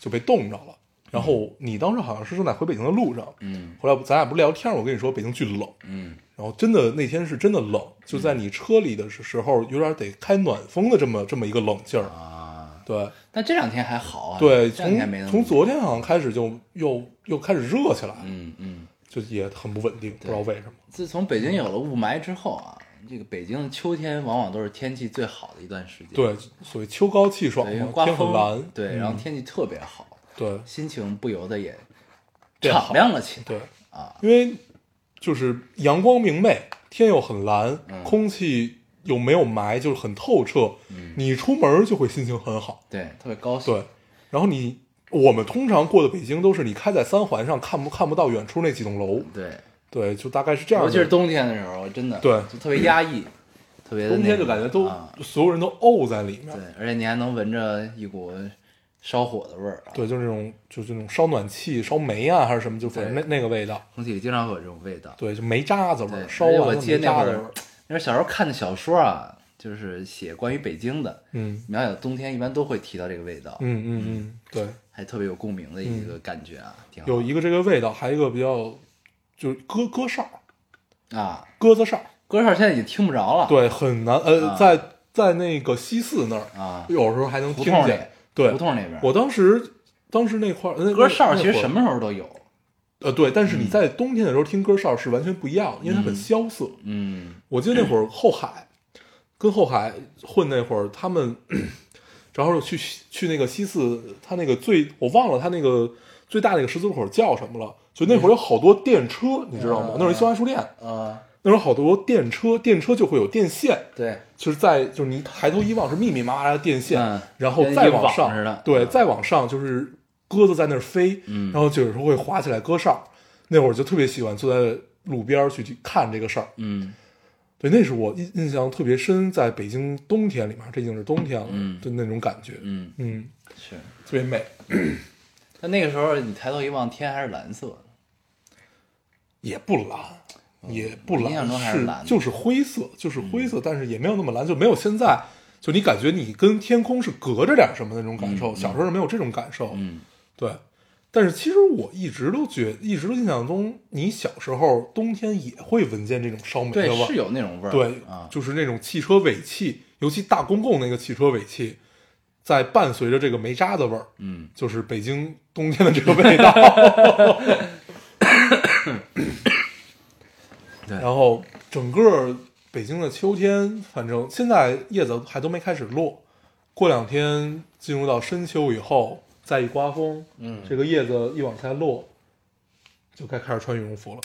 就被冻着了。然后你当时好像是正在回北京的路上，嗯后来咱俩不是聊天儿，我跟你说北京巨冷，嗯，然后真的那天是真的冷，就在你车里的时候有点得开暖风的这么这么一个冷劲儿。啊，对但这两天还好啊，对，这两天没那从么从冷昨天好像开始就又又开始热起来了，嗯嗯，就也很不稳定，不知道为什么。自从北京有了雾霾之后啊，这个北京的秋天往往都是天气最好的一段时间，对，所谓秋高气爽对，因为嘛，刮天很风，蓝，对，嗯然后天气特别好，对心情不由得也变敞好亮了起来，对啊，因为就是阳光明媚，天又很蓝，嗯空气又没有霾，就是很透彻，嗯你出门就会心情很好。对，特别高兴，对，然后你我们通常过的北京都是你开在三环上看不看不到远处那几栋楼，对，对，就大概是这样尤的。其是冬天的时候，真的对就特别压抑，特别的冬那天就个感觉都、啊所有人都沤在里面对，，而且你还能闻着一股烧火的味儿啊，对，就是那种就是那种烧暖气、烧煤啊还是什么，就反正那对那个味道，空气里经常会有这种味道。对，就煤渣子味对，儿，烧而啊且完我了记得煤那渣会子味儿儿，，那会儿小时候看的小说啊，就是写关于北京的，嗯。描写冬天一般都会提到这个味道，嗯嗯嗯，对，还特别有共鸣的一个感觉啊，挺好有一个这个味道，还有一个比较就是鸽鸽哨、啊。鸽子哨，歌哨现在已经听不着了，对，很难。呃，啊在在那个西四那儿，啊，有时候还能胡听同里见。对胡，同那边我当时当时那块儿，那歌哨其实那会儿什么时候嗯都有，呃对，但是你在冬天的时候听鸽哨是完全不一样的，因为它很萧瑟。嗯我记得那会儿后海跟后海混那会儿，他们 然后去去那个西四，他那个最我忘了他那个最大那个十字路口叫什么了。就那会儿有好多电车，你知道吗？那会儿一新华书店，啊，那时候好多电车，电车就会有电线，对，就是在就是你抬头一望是密密麻麻的电线，嗯然后跟再一往网上，似的对，嗯再往上就是鸽子在那儿飞，嗯然后就有时候会滑起来鸽哨。那会儿就特别喜欢坐在路边儿去去看这个事儿，嗯对，那是我印印象特别深，在北京冬天里面，这已经是冬天了，嗯就那种感觉，嗯嗯，是。特别美，但那个时候你抬头一望，天还是蓝色的，也不蓝，也不嗯我印象中还是是蓝的嗯就是灰色，就是灰色，但是也没有那么蓝，就没有现在，就你感觉你跟天空是隔着点什么的那种感受，小时候是没有这种感受，嗯对。但是其实我一直都觉，一直都印象中，你小时候冬天也会闻见这种烧煤的对味，是儿，有那种味儿，对，啊，就是那种汽车尾气，尤其大公共那个汽车尾气，在伴随着这个煤渣的味儿，嗯，就是北京冬天的这个味道。对 然后整个北京的秋天，反正现在叶子还都没开始落，过两天进入到深秋以后，再一刮风，嗯，这个叶子一往下落，就该开始穿羽绒服了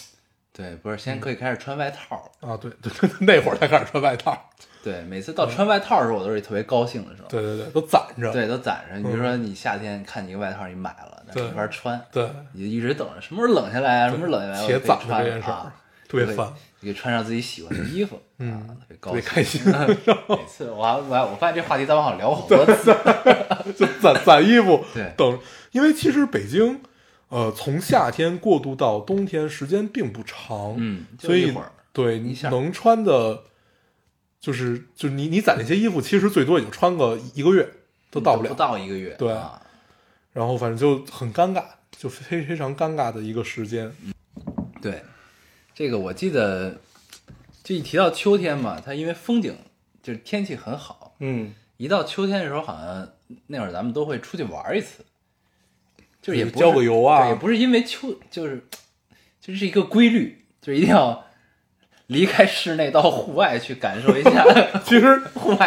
对，不是，现在可以开始穿外套了。啊！对对对， 那会儿才开始穿外套，对，每次到穿外套的时候，我都是特别高兴的时候。嗯对对对，都攒着，对，都攒上。你比如说，你夏天看你一个外套，你买了，但是对没法穿，对，你就一直等着什么时候冷下来啊，什么时候冷下来，我且就可以攒着穿这件事儿啊，特别对烦，嗯你可以穿上自己喜欢的衣服，啊，特别特高别兴。开心。 每次我还我还我发现这话题咱们好像聊好多次，就攒 攒衣服，对等，因为其实北京，呃，从夏天过渡到冬天时间并不长，嗯就所以一会儿对一你下能穿的，就是就你你攒那些衣服，其实最多也就穿个一个月都到不了，嗯不到一个月，对啊然后反正就很尴尬，就非非常尴尬的一个时间，嗯对，这个我记得，就一提到秋天嘛，它因为风景就是天气很好，嗯一到秋天的时候，好像那会儿咱们都会出去玩一次，就是也不是郊个游啊对也不是因为秋，就是就是一个规律，就一定要离开室内到户外去感受一下。 其实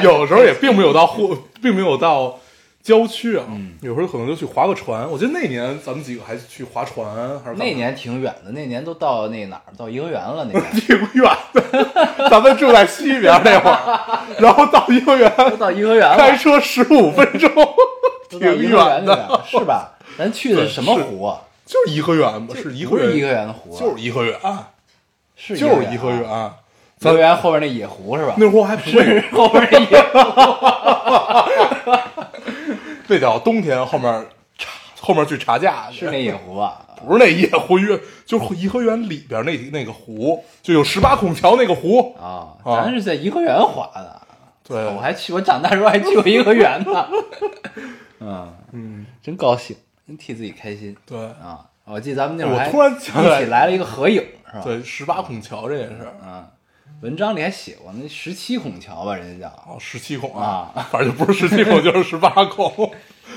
有时候也并没有到户，并没有到郊区啊，有时候可能就去划个船。我记得那年咱们几个还去划船，还是干嘛那年挺远的，那年都到那哪儿，到颐和园了。那 年挺远的，咱们住在西边那会儿，然后到幼儿园都到颐和园开了，车十五分钟，都挺到颐和园远那的，边是吧？咱去的什么湖啊？就是颐和园吧？是颐和不是颐和园，园的湖啊，就是颐和园，是就是颐颐和啊。园。颐和园后边那野湖是吧？那会儿还不是是 后边那野湖。那叫冬天，后面查后面去查价去是那野湖啊，不是那夜湖园，就是颐和园里边那那个湖，就有十八孔桥那个湖。 啊，啊咱是在颐和园滑的。对，我还去，我长大时候还去过颐和园 呢。嗯，嗯，真高兴，真替自己开心对啊！我记得咱们那会儿我还突然想起来一起来了一个合影，是吧？对，十八孔桥这件事儿，嗯，文章里还写过那十七孔桥吧，人家叫哦，十七孔啊， 反正就不是十七孔就是十八孔，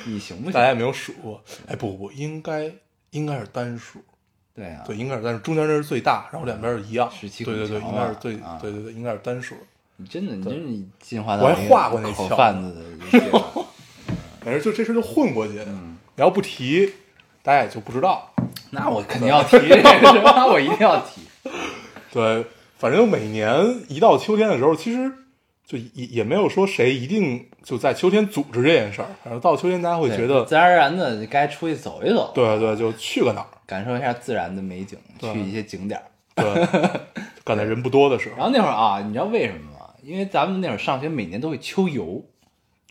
你行不大家行？也没有数过。哎，不不，应该应该是单数，对啊，对，应该是单数，中间这是最大，然后两边是一样， 17对对对，孔桥应该是嘛最，啊嗯对对对，应该是单数。你真的，你真是进化到我还一个画过那口桥贩子的一个阶段反正就这事儿就混过去，嗯你要不提，大家也就不知道。那我肯定要提 这个，那我一定要 提。对，反正每年一到秋天的时候，其实就也也没有说谁一定就在秋天组织这件事儿，反正到秋天大家会对觉得，自然而然的该出去走一走，对对，就去个哪儿，感受一下自然的美景，对去一些景点儿。对， 赶在人不多的时然候，后那会儿啊，你知道为什么吗？因为咱们那会儿上学每年都会秋游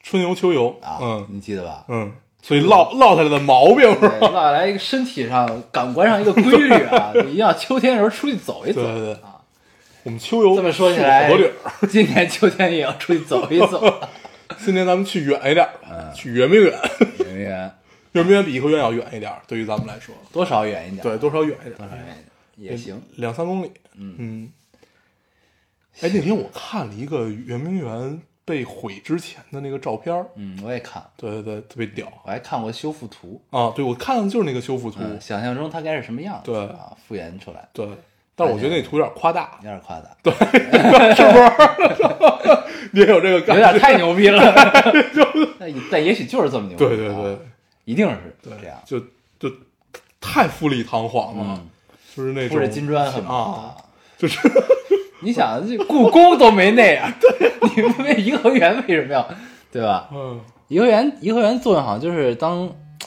春游秋游，啊，嗯你记得 吧？嗯，所以落落下来的毛病是对，吧？落下来一个身体上、感官上一个规律 啊，就一定要秋天的时候出去走一对走。对对啊，我们秋游这么说起去了来好多地儿，，今年秋天也要出去走一走。 今年咱们去远一点儿嗯吧，去圆明园，圆明园圆明园比颐和园要远一点儿，对于咱们来说，多少远一点？对，，多少远一点多少儿，哎远一嗯点也行。两三公里。嗯，哎，那天我看了一个圆明园被毁之前的那个照片儿，嗯，我也看，对对对，特别屌我还看过修复图，啊！对，我看的就是那个修复图，嗯，想象中它该是什么样子，对啊，复原出来对，但是我觉哎得那图有点夸大 有，点夸大，你也有这个有感点觉，太牛逼 了。但但也许就是这么牛逼，对对啊对，一定是对，这样。就就太富丽堂皇了嗯，就是那铺着种金砖很啊，啊。 就是你想，这故宫都没那 样，对， 你们那颐和园为什么要，对吧？嗯，颐和园，颐和园作用好像就是当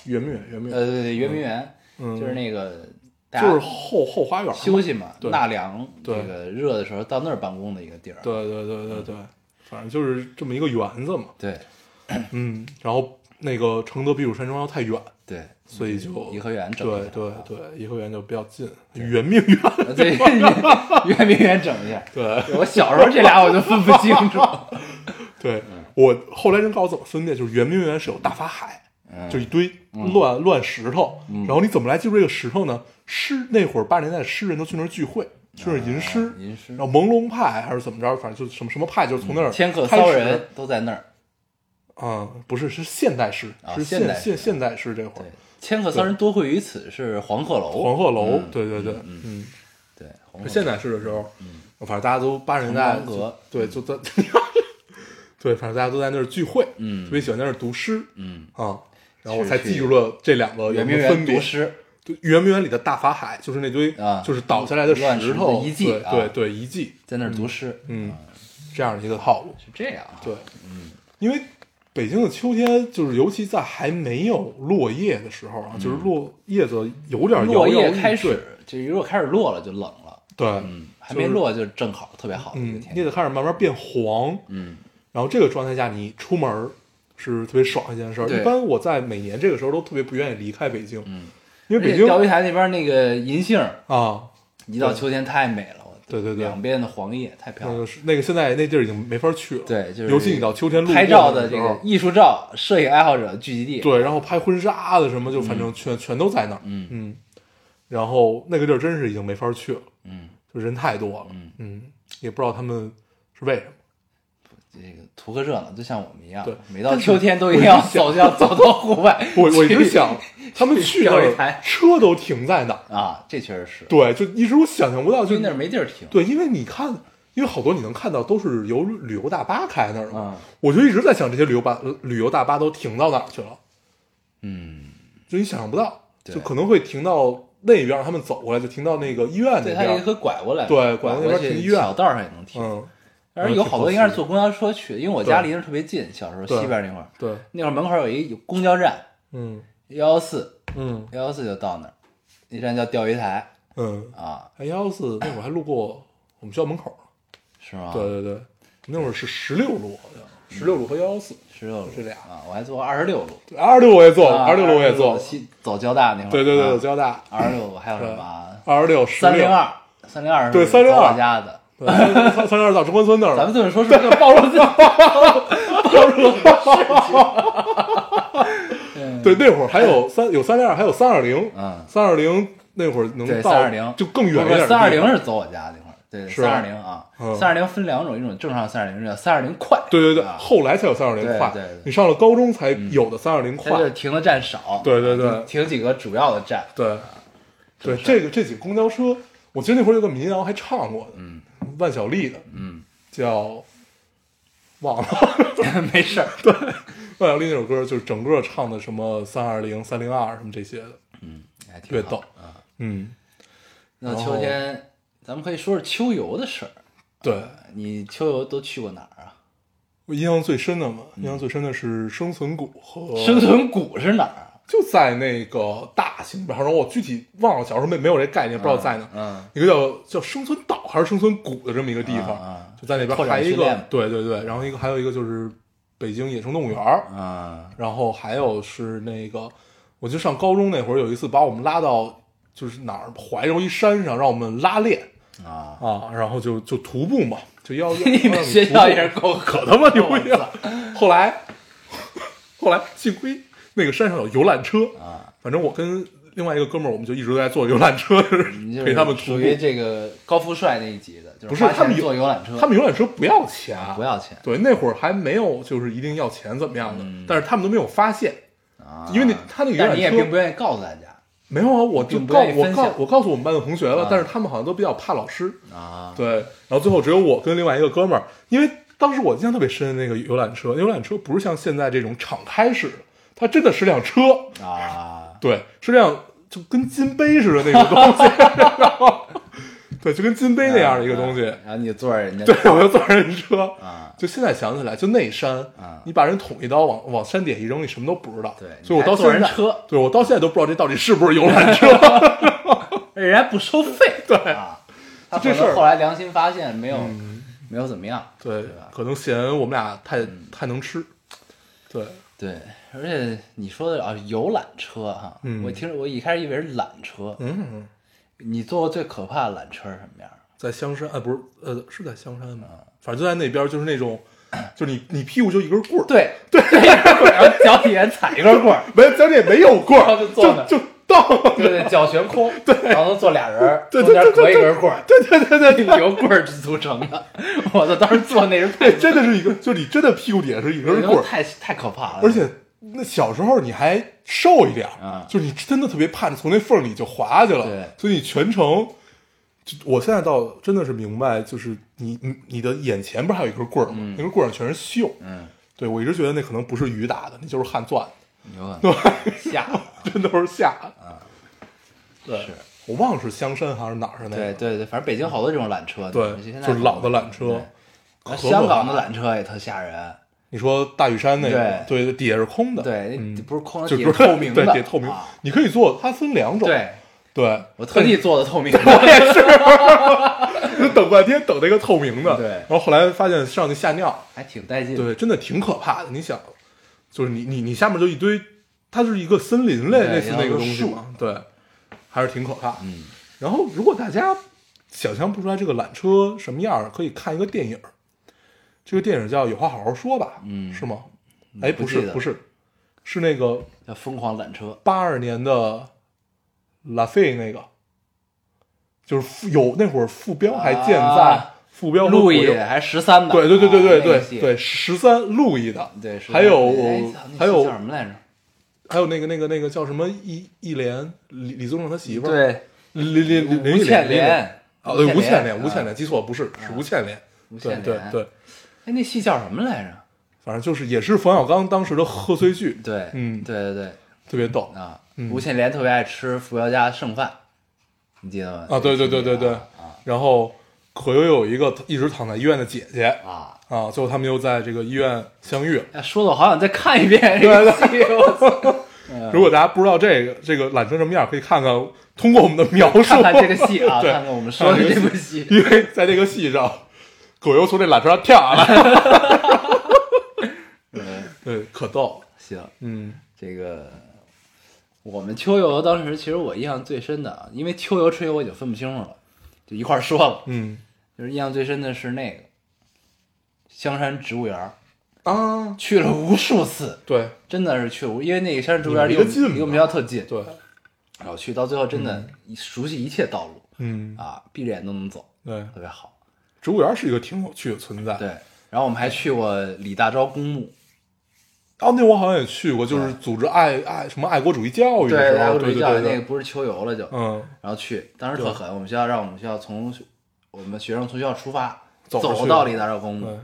圆明园，圆明园呃，对对圆明园，嗯就是那个大就是家后后花园嘛，休息嘛，对纳凉这对个热的时候到那儿办公的一个地儿。对对对对对，反正就是这么一个园子嘛。对嗯，然后那个承德避暑山庄要太远，对，所以就嗯颐和园整一对下对啊对，颐和园就比较近，圆明园 对， 圆明园整一下。对我小时候这俩我就分不清 楚，对，嗯我后来人告诉我怎么分辨，就是圆明园是有大发海，嗯就一堆乱乱石头，然后你怎么来记住这个石头呢？诗那会儿八十年代诗人都去那儿聚会，去那儿吟诗，啊吟诗然后朦胧派还是怎么着，反正就什么什么派，就是从那儿天客开骚始人都在那儿。嗯，不是是现代诗啊，是现代现诗现现代诗这会 对儿，，天客骚人多会于此是黄鹤楼。黄鹤楼，对对对，嗯。对，黄鹤楼现代式的时候，嗯反正大家都八十年代滕王阁就，对，就在， 对，反正大家都在那儿聚会，嗯，特别喜欢在那儿读诗，嗯啊，然是后我才记住了这两个圆有明没有分园别读。诗，对圆明园里的大法海就是那堆啊就是倒下来的乱石石的头遗迹对啊对对遗迹，在那儿读诗，嗯，这样的一个套路，是这样啊。对，嗯，因为北京的秋天就是尤其在还没有落叶的时候啊，就是落叶子有点嗯摇落摇叶欲开坠始，就如果开始落了就冷了，对，嗯，还没落就正好，特别好的一个嗯，天叶气子。开始慢慢变黄，嗯，然后这个状态下你出门儿是特别爽的一件事儿。对一般我在每年这个时候都特别不愿意离开北京，嗯，因而为北且京钓鱼台那边那个银杏，啊，一到秋天太美了，我对对对两边的黄叶太漂那亮了呃个。是那个现在那地儿已经没法去了，对，就是尤其你到秋天路过拍照的时这候个，艺术照、摄影爱好者聚集地，对，然后拍婚纱的什么，就反正全、全都在那儿，嗯然后那个地儿真是已经没法去了，嗯，就人太多了，嗯也不知道他们是为什么，这个图个热闹，就像我们一样，对每到但是秋天都一定要我走就想向走到户外去。我我一直想，他们去那钓鱼台儿车都停在哪儿？啊，这确实是，对，就一直我想象不到，因就为那儿没地儿停。对，因为你看，因为好多你能看到都是由旅游大巴开那儿嘛，啊，我就一直在想这些旅游巴呃旅游大巴都停到哪儿去了，嗯，就你想象不到，对就可能会停到那边，让他们走过来就停到那个医院对，那它也边可以拐过来，对拐拐过过来去停医院小道上也能停。嗯，而有好多应该是坐公交车去的，因为我对家离那儿特别近，小时候对西边那块儿，对，那会儿门口有一有公交站嗯幺幺四嗯幺幺四就到那儿，那站叫钓鱼台嗯，啊，哎幺幺四那会儿还路过我们学校门口，是吗？对，对对，那会儿是十六路，好像十六路和幺幺四，十六路是俩啊，我还坐过二十六路，二十六我也坐过，啊哦二十六我也坐过，西走交大那会儿，啊对对对，交大二十六还有什么啊？二十六十三六零。二，三零二对302我家的，对三三三十二到中关村那儿咱了，们这么说是不是就暴露 自己？对，那会儿还有三有三零二，还有三二零， 嗯，三二零那会儿能对到320就更远一点的地方。三二零是走我家那块儿，对，是三吧二零啊，嗯三二零分两种，一种正常三二零，叫三二零快，对对对，啊后来才有三二零对快对对你上了高中才有的三二零它快就。停的站少，啊对对对停几个主要的站，对对，是这个这几个公交车，我记得那会儿有个民谣还唱过的，嗯万晓利的嗯，叫忘了，没事儿，万晓利那首歌就是整个唱的什么三二零、三零二什么这些的，嗯，还挺特别好啊逗。嗯，那然秋后天，咱们可以说说秋游的事儿。啊对。你秋游都去过哪儿啊？我印象最深的嘛，印象最深的是生存谷和生存谷是哪儿啊？就在那个大型边上，我具体忘了，小时候没没有这概念，不知道在哪。嗯，一个叫叫生存岛还是生存谷的这么一个地方，啊啊就在那边拓展还有一训练个嘛对对对，然后一个还有一个就是北京野生动物园儿，啊，然后还有是那个，我就上高中那会儿有一次把我们拉到就是哪儿怀柔一山上，让我们拉练啊，啊，然后就就徒步嘛，就要你们学校也是够可他妈牛逼了。后来， 后来幸亏那个山上有游览车啊，反正我跟另外一个哥们儿，我们就一直都在坐游览车，就是你就是陪他们徒属步。于这个高富帅那一级的，就不是是花他们钱有坐游览车，他们游览车不要钱，啊不要钱对，那会儿还没有就是一定要钱怎么样的，嗯但是他们都没有发现，啊，因为那他那个游但览车你也并不愿意告诉大家没有啊，我就并不告愿意我分告享我告诉我们班的同学了，啊但是他们好像都比较怕老师，啊，对，然后最后只有我跟另外一个哥们儿，因为当时我印象特别深，那个游览车，游览车不是像现在这种敞开式的，它真的是辆车，啊，对，是辆就跟金杯似的那种东西， 然后对，就跟金杯那样的一个东西，啊然后你就坐着人家对，我就坐上人车，啊，就现在想起来，就那山，啊你把人捅一刀往往山底下一扔，你什么都不知道，对所以我到你还坐现人在，车对我到现在都不知道这到底是不是游览 车，人家不收费，对啊，他这可能事儿嗯后来良心发现没有没有怎么样，对吧，嗯可能嫌我们俩太太能吃，对，对，而且你说的啊，游览车哈，嗯我听我一开始以为是缆车，嗯。你坐过最可怕的缆车是什么样？在香山，呃，不是，呃，是在香山吗？嗯反正就在那边，就是那种，就是你你屁股就一根棍儿，，对对，一根棍儿，然后脚底下踩一根棍 儿，没，咱这也没有棍然儿，后就就坐那儿就荡，对对，脚悬空，对，然后能坐俩人儿，对中间对对隔一对根棍儿，对对对对，由棍儿 组成的。我操，当时坐那是太对，真的是一个，就你真的屁股底下是一根棍儿，太太可怕了，而且那小时候你还瘦一点儿，啊就是你真的特别怕你从那缝里就滑下去了，对所以你全程，就我现在倒真的是明白，就是你你你的眼前不是还有一根棍儿吗？那根棍儿上全是锈，嗯，对我一直觉得那可能不是雨打的，那就是汗攥的。有可能吓了， 真都是吓啊！对是，我忘了是香山还是哪儿的那对个，对对，反正北京好多这种缆车呢，对现在就是老的缆对车。然后可香可港的怕缆车也特吓人，你说大屿山那个，对，底下是空的，对，嗯那不是空的，就底不下是透明的，对，底下透明啊，你可以坐，它分两种，对，对， 我特地做的透明的，就等半天等那个透明的，对然后后来发现上去吓尿，还挺带劲的。对，真的挺可怕的。你想，就是你你你下面就一堆，它是一个森林类对类似那个东西然后嘛，对，还是挺可怕。嗯，然后，如果大家想象不出来这个缆车什么样儿，可以看一个电影儿，这个电影叫《有话好好说》吧？嗯是吗？哎，不不记是，得不是，是那个叫疯狂缆车八二年的拉菲那个，就是附有那会儿副标还健在，啊副标和路左易右还十三吧？对对对对啊那对个对戏对，十三路易的，对，13还有哎操那戏还有叫什么来着？还有那个那个那个叫什么一一莲李李宗盛他媳妇儿，对，李，李李李吴倩李莲，莲，哦对，吴倩莲，啊莲，吴倩莲，记错不是是吴倩莲，吴对倩对莲，对，哎，那戏叫什么来着？反正就是也是冯小刚当时的贺岁剧，对，嗯对对对，特别逗啊，嗯吴倩莲特别爱吃扶摇家剩饭，你记得吗？啊，对对对对对啊，然后可又有一个一直躺在医院的姐姐啊，啊，最后他们又在这个医院相遇了。哎说的我好想再看一遍这个戏，我操 如果大家不知道这个这个懒成什么样，可以看看通过我们的描述看看这个戏啊， 对看看我们说的这部戏，因为在这个戏上，葛优从这缆车上跳下来， 嗯，对，可逗了。行，嗯，这个我们秋游当时其实我印象最深的啊，因为秋游春游我已经分不清楚了，就一块儿说了， 嗯就是印象最深的是那个香山植物园儿，啊，去了无数次，对真的是去了无，因为那个香山植物园儿离你我离得们近嘛离我们学校特近，对，然后去到最后真的熟悉一切道路、嗯啊，闭着眼都能走，对，特别好。植物园是一个挺有趣的存在。对，，然后我们还去过李大钊公墓，哦，那我好像也去过，就是组织爱爱什么爱国主义教育的时然候，后主对对教对那对个，不是秋游了就，嗯，然后去，当时特对狠，我们学校让我们学校从我们学生从学校出发，走走着去到李大钊公对墓，，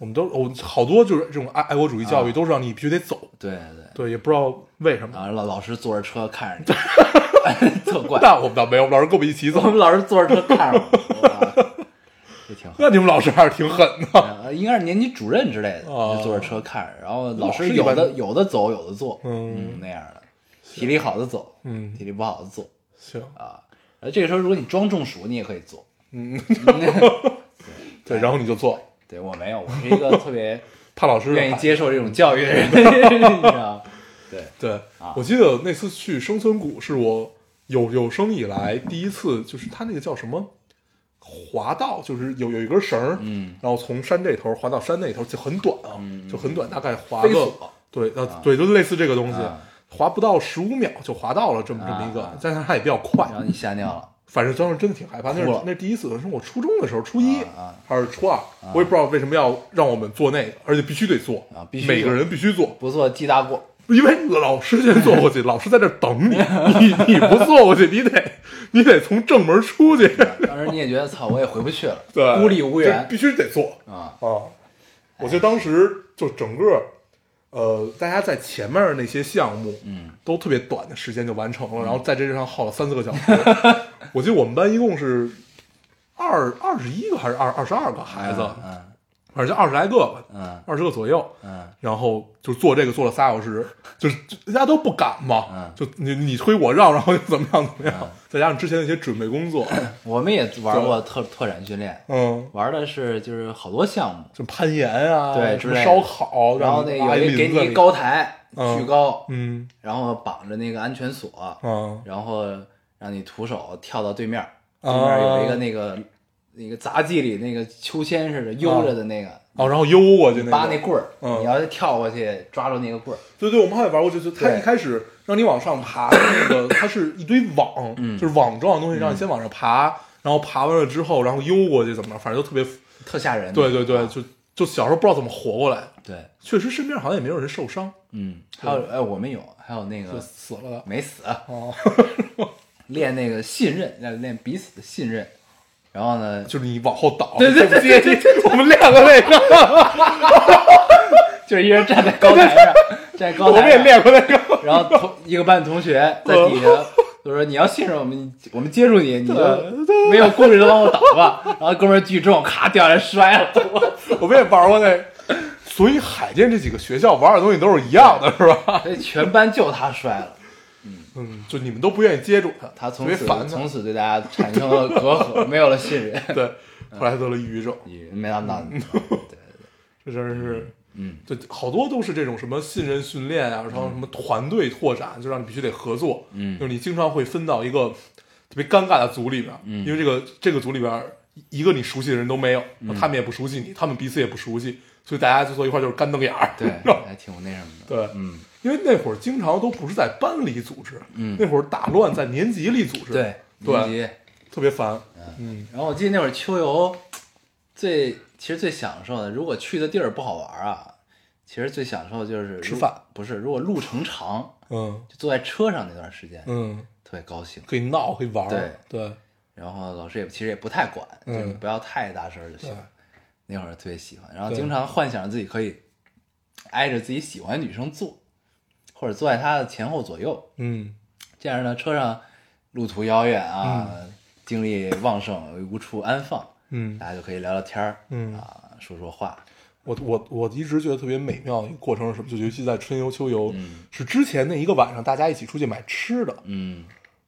我们都我好多就是这种爱爱国主义教啊育都是让你必须得走，对对，对，也不知道为什么。然后老老师坐着车看 着你，特怪， 那我们倒没有，我们老师跟我们一起我走。 们老师坐着车看着我哇，也挺好。那你们老师还是挺狠 的。呃应该是年级主任之类的，哦就坐着车看着，然后老老师师一有般的有的走，有的坐，嗯那样的，体力好的走，嗯体力不好的坐行，啊。而这个时候，如果你装中暑，你也可以坐。嗯，对对，然后你就做。 对我没有，我是一个特别潘老师愿意还接受这种教育的 人，你知道吗？对，对，啊我记得那次去生存谷是我有有生以来第一次，就是它那个叫什么滑道，就是有有一根绳儿，嗯，然后从山这头滑到山那头，就很短啊，就很短，大概滑飞个索对，呃、对，就类似这个东西，啊滑不到十五秒就滑到了这么这么一个，啊啊但是它也比较快然，后你吓尿了，反正当时真的挺害怕，那是哭了那是第一次，是我初中的时候，初一、啊还是初二，我也不知道为什么要让我们做那个，而且必须得做啊必须每个做人必须做，不做记大过。因为老师先坐过去，老师在这儿等你，你你不坐过去，你得你得从正门 出去，当时你也觉得操，我也回不去了， 对，孤立无援嗯这必须得坐啊。啊！我觉得当时就整个，呃，大家在前面那些项目，嗯，都特别短的时间就完成了，然后在这上耗了三四个小时。 我记得我们班一共是二二十一个还是二二十二个孩子，嗯反正就二十来个吧，嗯二十个左右。嗯然后就做这个做了仨小时，就是大家都不敢嘛嗯，就你你推我让，然后就怎么样怎么样，再加上之前的一些准 备工作，嗯，我们也玩过特拓展训练，嗯，玩的是就是好多项目，就攀岩啊，对什么之类的烧烤，然后那那有一个给你一高台，嗯巨高，嗯然后绑着那个安全锁，啊然后让你徒手跳到对面儿，对面儿哦有一个那个那个杂技里那个秋千似的悠着的那个，哦，然后悠过去扒那那个，棍儿，嗯你要是跳过去抓住那个棍儿，对对，我们好像也玩过，就是他对一开始让你往上爬，那个它是一堆网，嗯就是网状的东西，让你先往上爬，然后爬完了之后，然后悠过去怎么着，反正就特别，特吓人的。对对对，就就小时候不知道怎么活过来，对，确实身边好像也没有人受伤，嗯，还有哎，我们有，还有那就个死了的。没死，啊哦， 练那个信任，要练彼此的信任，然后呢， 就是你往后倒，对对对接 我们练过那个，就是一人站在高台上，站在高我们台也上，练过那个，然后同一个班同学在底下。就说你要信任我们，我们接住你，你就嗯对没有顾虑的往后倒吧。然后哥们儿聚众，咔掉下来摔了。 我们也玩过那个。所以海淀这几个学校玩的东西都是一样的，是吧？所以全班就他摔了，嗯，就你们都不愿意接住他，他特从别此烦他从。此对大家产生了隔阂，没有了信 任。对，嗯后来得了抑郁症，你没拿到嗯你，对，这真是，嗯，就好多都是这种什么信任训练啊，然后什么团队拓展，就让你必须得合作，嗯就是你经常会分到一个特别尴尬的组里边，嗯，因为这个这个组里边一个你熟悉的人都没有，嗯他们也不熟悉你，他们彼此也不熟悉，所以大家就坐一块儿就是干瞪眼儿，，对 还挺那什么的。对，嗯，因为那会儿经常都不是在班里组织，嗯，那会儿打乱在年级里组织，对，对年级特别烦，嗯然后我记得那会儿秋游最其实最享受的，如果去的地儿不好玩啊，其实最享受的就是如吃饭。不是，如果路程长，嗯就坐在车上那段时间，嗯，特别高兴。可以闹，可以玩儿，对然后老师也其实也不太管，嗯就是你不要太大声就行。对那会儿特别喜欢，然后对经常幻想自己可以挨着自己喜欢的女生坐，或者坐在她的前后左右，嗯这样呢，车上路途遥远啊，精力旺盛，无处安放，嗯大家就可以聊聊天儿，嗯，啊，说说话，我我我一直觉得特别美妙的一个过程是什么？就尤其在春游秋游，是之前那一个晚上大家一起出去买吃的，嗯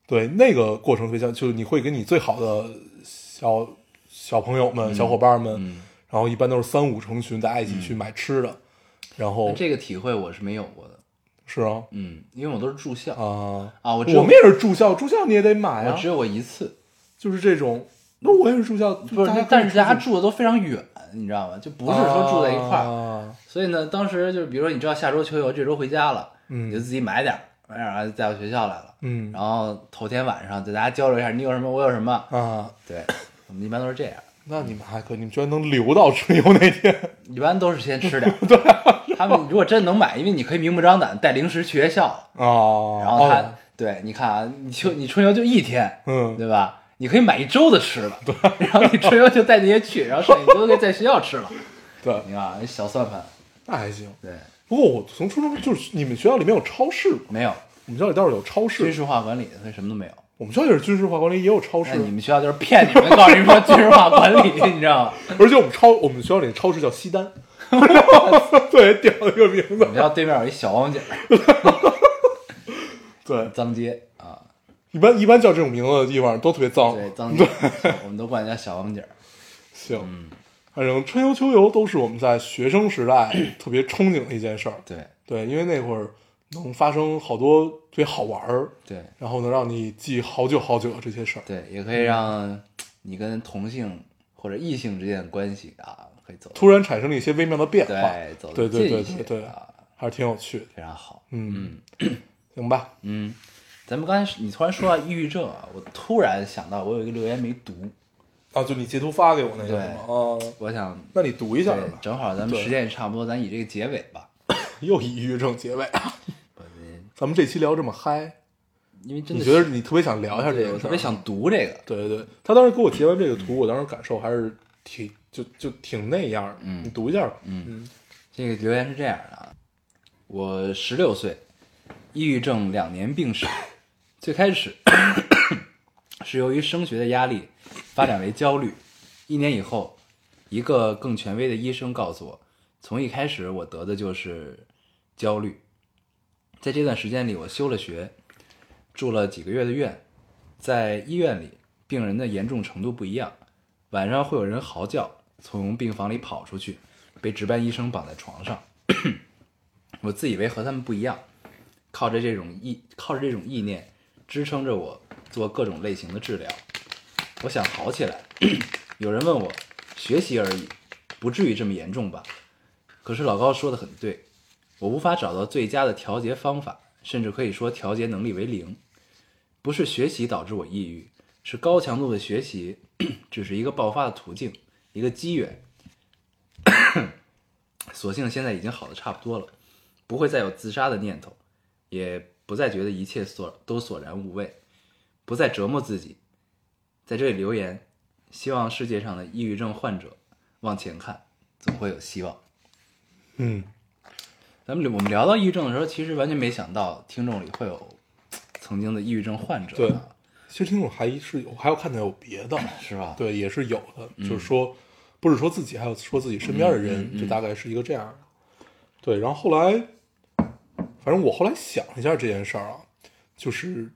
对那个过程特别像，就是你会跟你最好的小小朋友们、小伙伴们，嗯，然后一般都是三五成群，大家一起去买吃的，然后这个体会我是没有过的，是啊嗯，因为我都是住校啊，啊，我只有我们也是住校，住校你也得买我啊只，有过一次，就是这种。那我也是住校，不是大家可以，但是大家出去住的都非常远，你知道吗？就不是说住在一块儿，啊所以呢，当时就是比如说，你知道下周秋游，这周回家了，嗯你就自己买点儿，买点儿啊，带到学校来了，嗯然后头天晚上就大家交流一下，你有什么，我有什么，啊，对，我们一般都是这样，那你们还可以，你们居然能留到春游 那天，一般都是先 吃点儿，他们如果真的能买，因为你可以明目张胆带零食去学校，哦，然后他，哦对，你看啊，你秋你春游就一天，嗯对吧？你可以买一周的吃的，然后你春游就带那些去，然后剩下你都可以在学校吃了，对，你看啊，小算盘，那还行。对，不过我从初中就是你们学校里面有超市吗？没有我们学校里倒是有超军市，事化管理，所以什么都没有。我们学校也是军事化管理，也有超市那，你们学校就是骗你们，告诉你们说军事化管 理，你知道吗？而且我们超我们学校里的超市叫 西单，对，屌一个名我字。们学校对面有一小王姐，对，脏街啊，一般一般叫这种名字的地方都特别脏。对，脏街，我们都管人家小王姐。行，嗯反正春游秋游都是我们在学生时代 特别憧憬的一件事儿。对对，因为那会儿能发生好多特别好玩儿，对然后能让你记好久好久的这些事儿。对，也可以让你跟同性或者异性之间的关系啊，可以走突然产生了一些微妙的变化，对走对得对近对一些对对啊，还是挺有趣的。非常好。嗯，行吧，嗯，咱们刚才你突然说到抑郁症啊，我突然想到我有一个留言没读，啊，就你截图发给我那对个是吗？哦，我想那你读一下对吧。正好咱们对时间也差不多，咱以这个结尾吧。又以抑郁症结尾，咱们这期聊这么嗨，因为真你的觉得你特别想聊一下这对，个我事特儿？别想读这个，对对对，他当时给我截完这个图，我当时感受还是挺就就挺那样的。嗯你读一下吧。嗯嗯这个留言是这样的啊，我十六岁，抑郁症两年病史，最开始 是由于升学的压力发展为焦虑，一年以后，一个更权威的医生告诉我，从一开始我得的就是焦虑，在这段时间里，我休了学，住了几个月的院，在医院里，病人的严重程度不一样，晚上会有人嚎叫，从病房里跑出去，被值班医生绑在床上。 我自以为和他们不一样，靠着这种意，靠着这种意念支撑着我做各种类型的治疗。我想好起来。 有人问我，学习而已，不至于这么严重吧？可是老高说的很对，我无法找到最佳的调节方法，甚至可以说调节能力为零。不是学习导致我抑郁，是高强度的学习只是一个爆发的途径，一个机缘。所幸现在已经好的差不多了，不会再有自杀的念头，也不再觉得一切所都索然无味，不再折磨自己。在这里留言，希望世界上的抑郁症患者往前看，总会有希望。嗯，咱们我们聊到抑郁症的时候，其实完全没想到听众里会有曾经的抑郁症患者，对，其实听众还是有，还有看到有别的，是吧？对，也是有的，就是说，不是说自己，还有说自己身边的人，嗯嗯就大概是一个这样的。对，然后后来，反正我后来想一下这件事儿啊，就是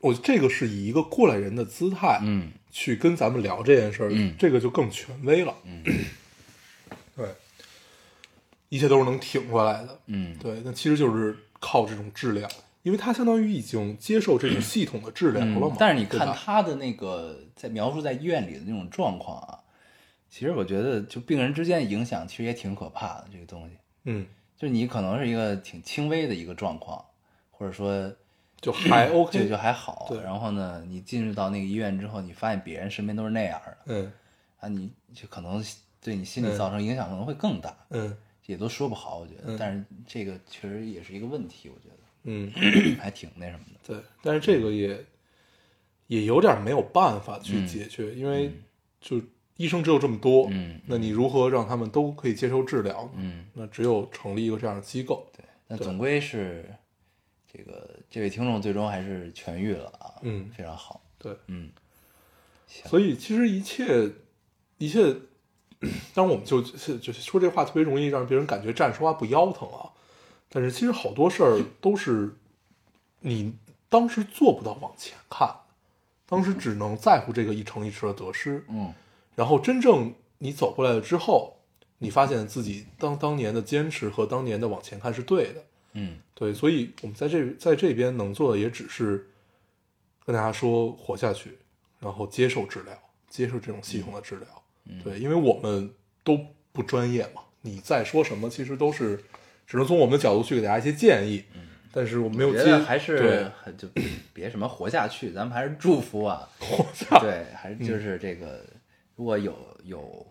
我这个是以一个过来人的姿态，嗯，去跟咱们聊这件事儿，嗯这个就更权威了。嗯， 对，一切都是能挺过来的。嗯，对，那其实就是靠这种治疗，因为他相当于已经接受这种系统的治疗了嘛。嗯。但是你对看吧他的那个在描述在医院里的那种状况啊，其实我觉得就病人之间的影响其实也挺可怕的。这个东西，嗯，就你可能是一个挺轻微的一个状况，或者说就 还 OK，这嗯就还好。对然后呢，你进入到那个医院之后，你发现别人身边都是那样的，嗯啊，你就可能对你心理造成影响可能会更大，嗯也都说不好，我觉得。嗯但是这个确实也是一个问题，我觉得嗯， 还挺那什么的。对，但是这个也也有点没有办法去解决，因为就医生只有这么多，嗯那你如何让他们都可以接受治疗？嗯，那只有成立一个这样的机构，对。那总归是这个这位听众最终还是痊愈了啊，嗯非常好，对，嗯所以其实一切一切， 当然我们就就是就是说这话特别容易让别人感觉站着说话不腰疼啊，但是其实好多事儿都是你当时做不到往前看，当时只能在乎这个一成一池的得失，嗯然后真正你走过来了之后，你发现自己当当年的坚持和当年的往前看是对的，嗯对，所以我们在这在这边能做的也只是跟大家说活下去，然后接受治疗，接受这种系统的治疗。嗯对，因为我们都不专业嘛，你在说什么，其实都是只能从我们的角度去给大家一些建议。但是我没有嗯觉接，得还对 是很就别什么活下去，咱们还是祝福啊，活下对，还是嗯就是这个，如果有有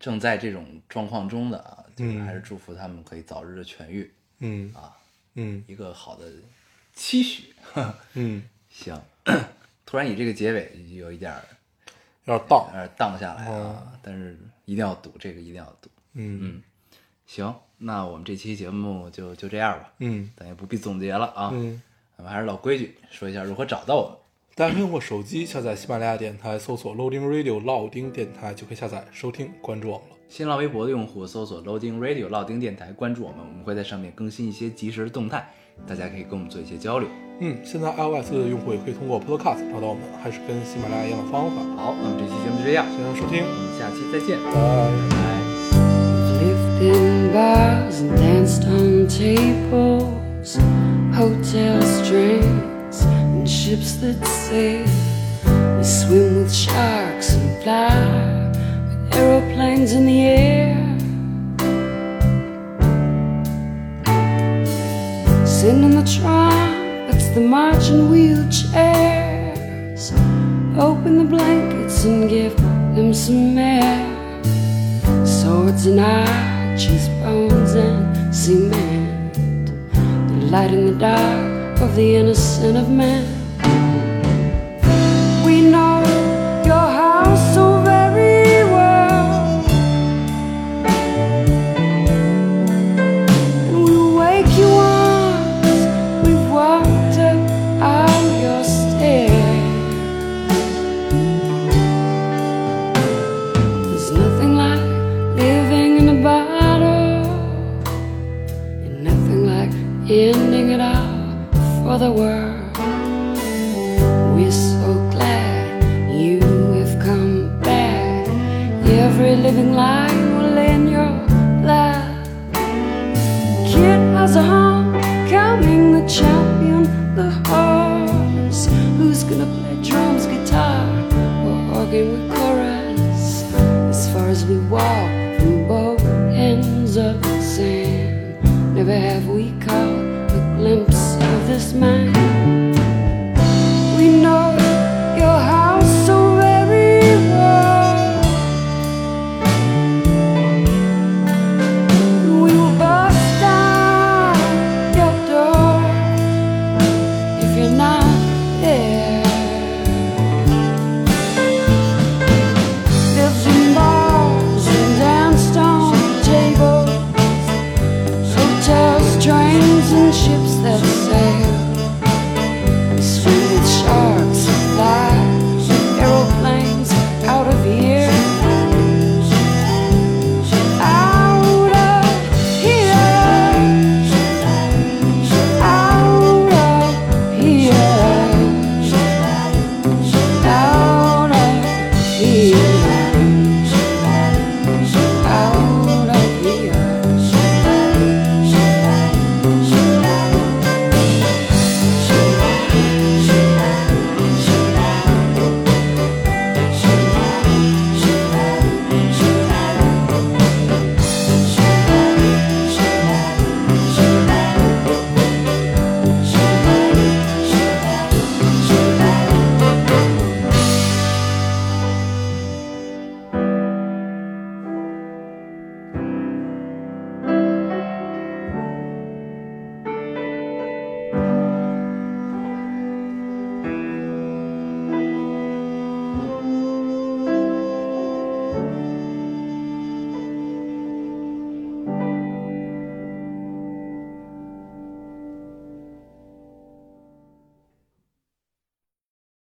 正在这种状况中的啊，就是还是祝福他们可以早日的痊愈，嗯啊嗯一个好的期许。嗯，行，突然以这个结尾有一点儿有点棒有，点儿荡下来啊，哦但是一定要读这个，一定要读。嗯行，那我们这期节目就就这样吧，嗯咱也不必总结了啊。嗯，咱们还是老规矩，说一下如何找到我们。大家可以通过手机下载喜马拉雅电台，搜索 Loading Radio 老丁电台就可以下载收听，关注我们了。新浪微博的用户搜索 Loading Radio 老丁电台，关注我们，我们会在上面更新一些即时动态，大家可以跟我们做一些交流。嗯，现在 iOS 的用户也可以通过 Podcast 找到我们，还是跟喜马拉雅一样的方法。好，那么这期节目就这样，先生收听我，们下期再见，拜拜。拜拜。 lived in bars and danced on tables, hotel strings, and ships that sail. We swim with sharks and fly with aeroplanes in the air. Sitting in the trunk, that's the marching wheelchairs. Open the blankets and give them some air swords and arches, bones and cement. The light in the dark of the innocent of man. We know your house so very well. And we wake you once we've walked up all your stairs. There's nothing like living in a bottle, and nothing like ending it all for the world. We're so glad you have come back. Every living light will end your life. Kid has a home, coming the champion, the horse. Who's gonna play drums, guitar, or organ with chorus? As far as we walk from both ends of the sand, never have we caught a glimpse of this man.